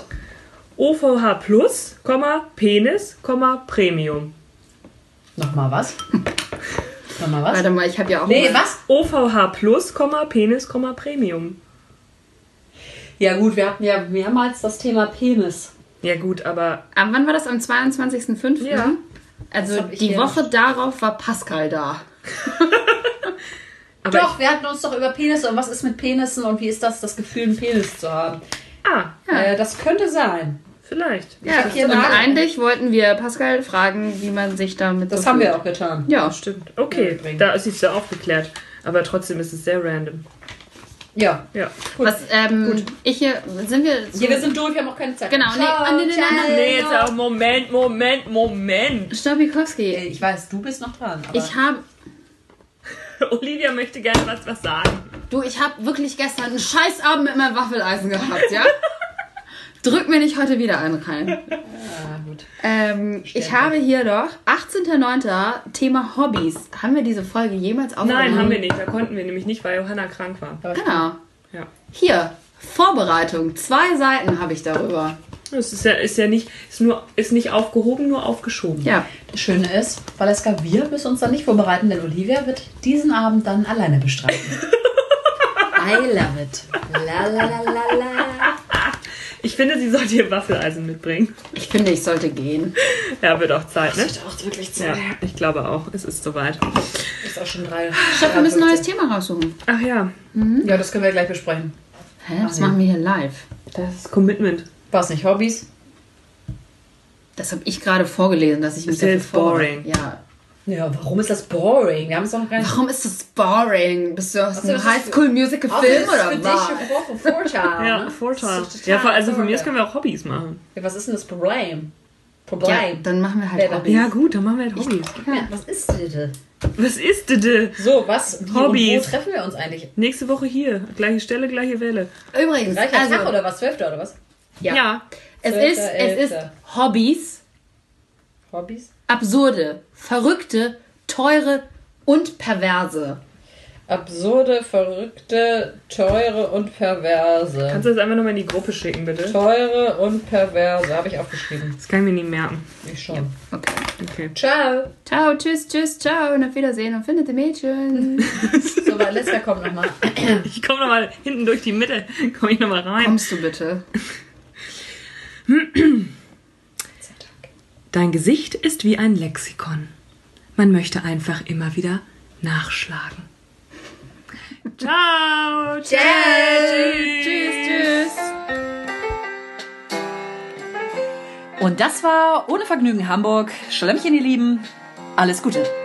Speaker 3: OVH Plus, Komma, Penis, Komma, Premium.
Speaker 4: Nochmal was? Nochmal was?
Speaker 2: Warte mal, ich habe ja auch.
Speaker 4: Nee,
Speaker 2: mal-
Speaker 4: was?
Speaker 3: OVH Plus, Komma, Penis, Komma, Premium.
Speaker 4: Ja gut, wir hatten ja mehrmals das Thema Penis.
Speaker 3: Ja gut, aber
Speaker 2: Ah, wann war das? Am 22.05.?
Speaker 3: Ja.
Speaker 2: Also
Speaker 4: hab ich
Speaker 2: die
Speaker 4: hier
Speaker 2: Woche darauf war Pascal da.
Speaker 3: Aber
Speaker 4: doch, wir hatten uns doch über Penisse und was ist mit Penissen und wie ist das, das Gefühl, einen Penis zu haben.
Speaker 3: ah,
Speaker 4: Äh, das könnte sein.
Speaker 3: vielleicht.
Speaker 2: Ja,
Speaker 4: hab hier
Speaker 2: und
Speaker 4: Nadel.
Speaker 2: eigentlich wollten wir Pascal fragen, wie man sich damit
Speaker 4: Das
Speaker 2: so
Speaker 4: haben wir
Speaker 2: fühlt.
Speaker 4: auch getan.
Speaker 2: Ja,
Speaker 3: Stimmt. Okay,
Speaker 4: übrigens.
Speaker 3: da ist es ja aufgeklärt. Aber trotzdem ist es sehr random.
Speaker 4: Ja.
Speaker 3: Ja.
Speaker 4: Gut.
Speaker 2: Was, ähm, ich hier, sind wir. zu-
Speaker 4: Ja, wir sind durch, wir haben auch keine Zeit.
Speaker 2: Genau, nee,
Speaker 4: Ciao,
Speaker 2: ah, nee, nee,
Speaker 4: ciao.
Speaker 2: nee, nee,
Speaker 3: Nee, jetzt auch Moment, Moment, Moment.
Speaker 2: Stobikowski.
Speaker 4: Ich weiß, du bist noch dran. Aber
Speaker 2: Ich habe.
Speaker 3: Olivia möchte gerne was, was sagen.
Speaker 2: Du, ich habe wirklich gestern einen Scheißabend mit meinem Waffeleisen gehabt, ja? Drück mir nicht heute wieder einen rein.
Speaker 4: ah, gut.
Speaker 2: Ähm, ich habe hier doch 18.09. Thema Hobbys. Haben wir diese Folge jemals aufgenommen?
Speaker 3: Nein, haben wir nicht. Da konnten wir nämlich nicht, weil Johanna krank war.
Speaker 2: Genau.
Speaker 3: Ja.
Speaker 2: Hier, Vorbereitung. Zwei Seiten habe ich darüber.
Speaker 3: Es ist ja, ist ja nicht, ist nur, ist nicht aufgehoben, nur aufgeschoben.
Speaker 2: Ja.
Speaker 4: Das Schöne ist, Valeska, wir müssen uns dann nicht vorbereiten, denn Olivia wird diesen Abend dann alleine bestreiten.
Speaker 5: I love it.
Speaker 4: la, la, la, la, la.
Speaker 3: Ich finde, sie sollte ihr Waffeleisen mitbringen.
Speaker 2: Ich finde, ich sollte gehen.
Speaker 3: Ja, wird auch Zeit, ne?
Speaker 4: Wird auch wirklich
Speaker 3: Ja,
Speaker 4: Zeit.
Speaker 3: ich glaube auch. Es ist soweit.
Speaker 4: Ist auch schon drei.
Speaker 2: Stopp, wir müssen ein neues Thema raussuchen.
Speaker 3: Ach ja,
Speaker 4: Ja, das können wir gleich besprechen.
Speaker 2: Hä? Das machen wir hier live.
Speaker 3: das ist Commitment.
Speaker 4: War es nicht Hobbys?
Speaker 2: Das habe ich gerade vorgelesen, dass ich mich
Speaker 3: Ist ja
Speaker 2: dafür
Speaker 3: jetzt boring.
Speaker 2: vorbe- Ja.
Speaker 4: Ja, warum ist das boring? Wir haben es doch noch gar nicht.
Speaker 2: Warum ist das boring? Bist du aus einem
Speaker 4: du, das Also, ist Also,
Speaker 2: Highschool-Musical-Film
Speaker 4: Außer das
Speaker 2: oder
Speaker 4: ist
Speaker 2: was?
Speaker 4: für dich Vor- Vorteil.
Speaker 3: Ja,
Speaker 4: ne?
Speaker 3: Vorteil.
Speaker 4: Das ist total
Speaker 3: Ja, also von
Speaker 4: Vorteil.
Speaker 3: mir aus können wir auch Hobbys machen.
Speaker 4: Ja, was ist denn das Problem?
Speaker 2: Ja,
Speaker 4: Problem.
Speaker 2: dann machen wir halt
Speaker 4: Wer-
Speaker 2: Hobbys.
Speaker 3: Ja, gut, dann machen wir halt Hobbys.
Speaker 4: Ja, was ist bitte?
Speaker 3: Was ist denn?
Speaker 4: So, was? Wie
Speaker 3: Hobbys.
Speaker 4: Und wo treffen wir uns eigentlich?
Speaker 3: Nächste Woche hier. Gleiche Stelle, gleiche Welle.
Speaker 2: Übrigens,
Speaker 4: Gleicher Tag
Speaker 2: also,
Speaker 4: oder was? Zwölfter oder was?
Speaker 2: ja.
Speaker 3: ja.
Speaker 2: es
Speaker 4: Zwölfter,
Speaker 2: ist, es
Speaker 4: Elfter.
Speaker 2: ist Hobbys,
Speaker 4: Hobbys?
Speaker 2: absurde, verrückte, teure und perverse.
Speaker 4: Absurde, verrückte, teure und perverse.
Speaker 3: Kannst du das einfach nochmal in die Gruppe schicken, bitte?
Speaker 4: Teure und perverse. Habe ich aufgeschrieben.
Speaker 3: Das kann ich mir nicht merken.
Speaker 4: Ich schon.
Speaker 2: Okay.
Speaker 3: Okay.
Speaker 4: Ciao.
Speaker 2: Ciao, tschüss, tschüss, ciao und auf Wiedersehen und findet die Mädchen.
Speaker 4: So, mein letzter kommt nochmal.
Speaker 3: Ich komme nochmal hinten durch die Mitte. Komme ich nochmal rein.
Speaker 2: Kommst du bitte?
Speaker 3: Dein Gesicht ist wie ein Lexikon. Man möchte einfach immer wieder nachschlagen. Ciao. Ciao. Tschüss.
Speaker 2: tschüss.
Speaker 5: Und das war Ohne Vergnügen Hamburg. Schlemmchen, ihr Lieben. Alles Gute.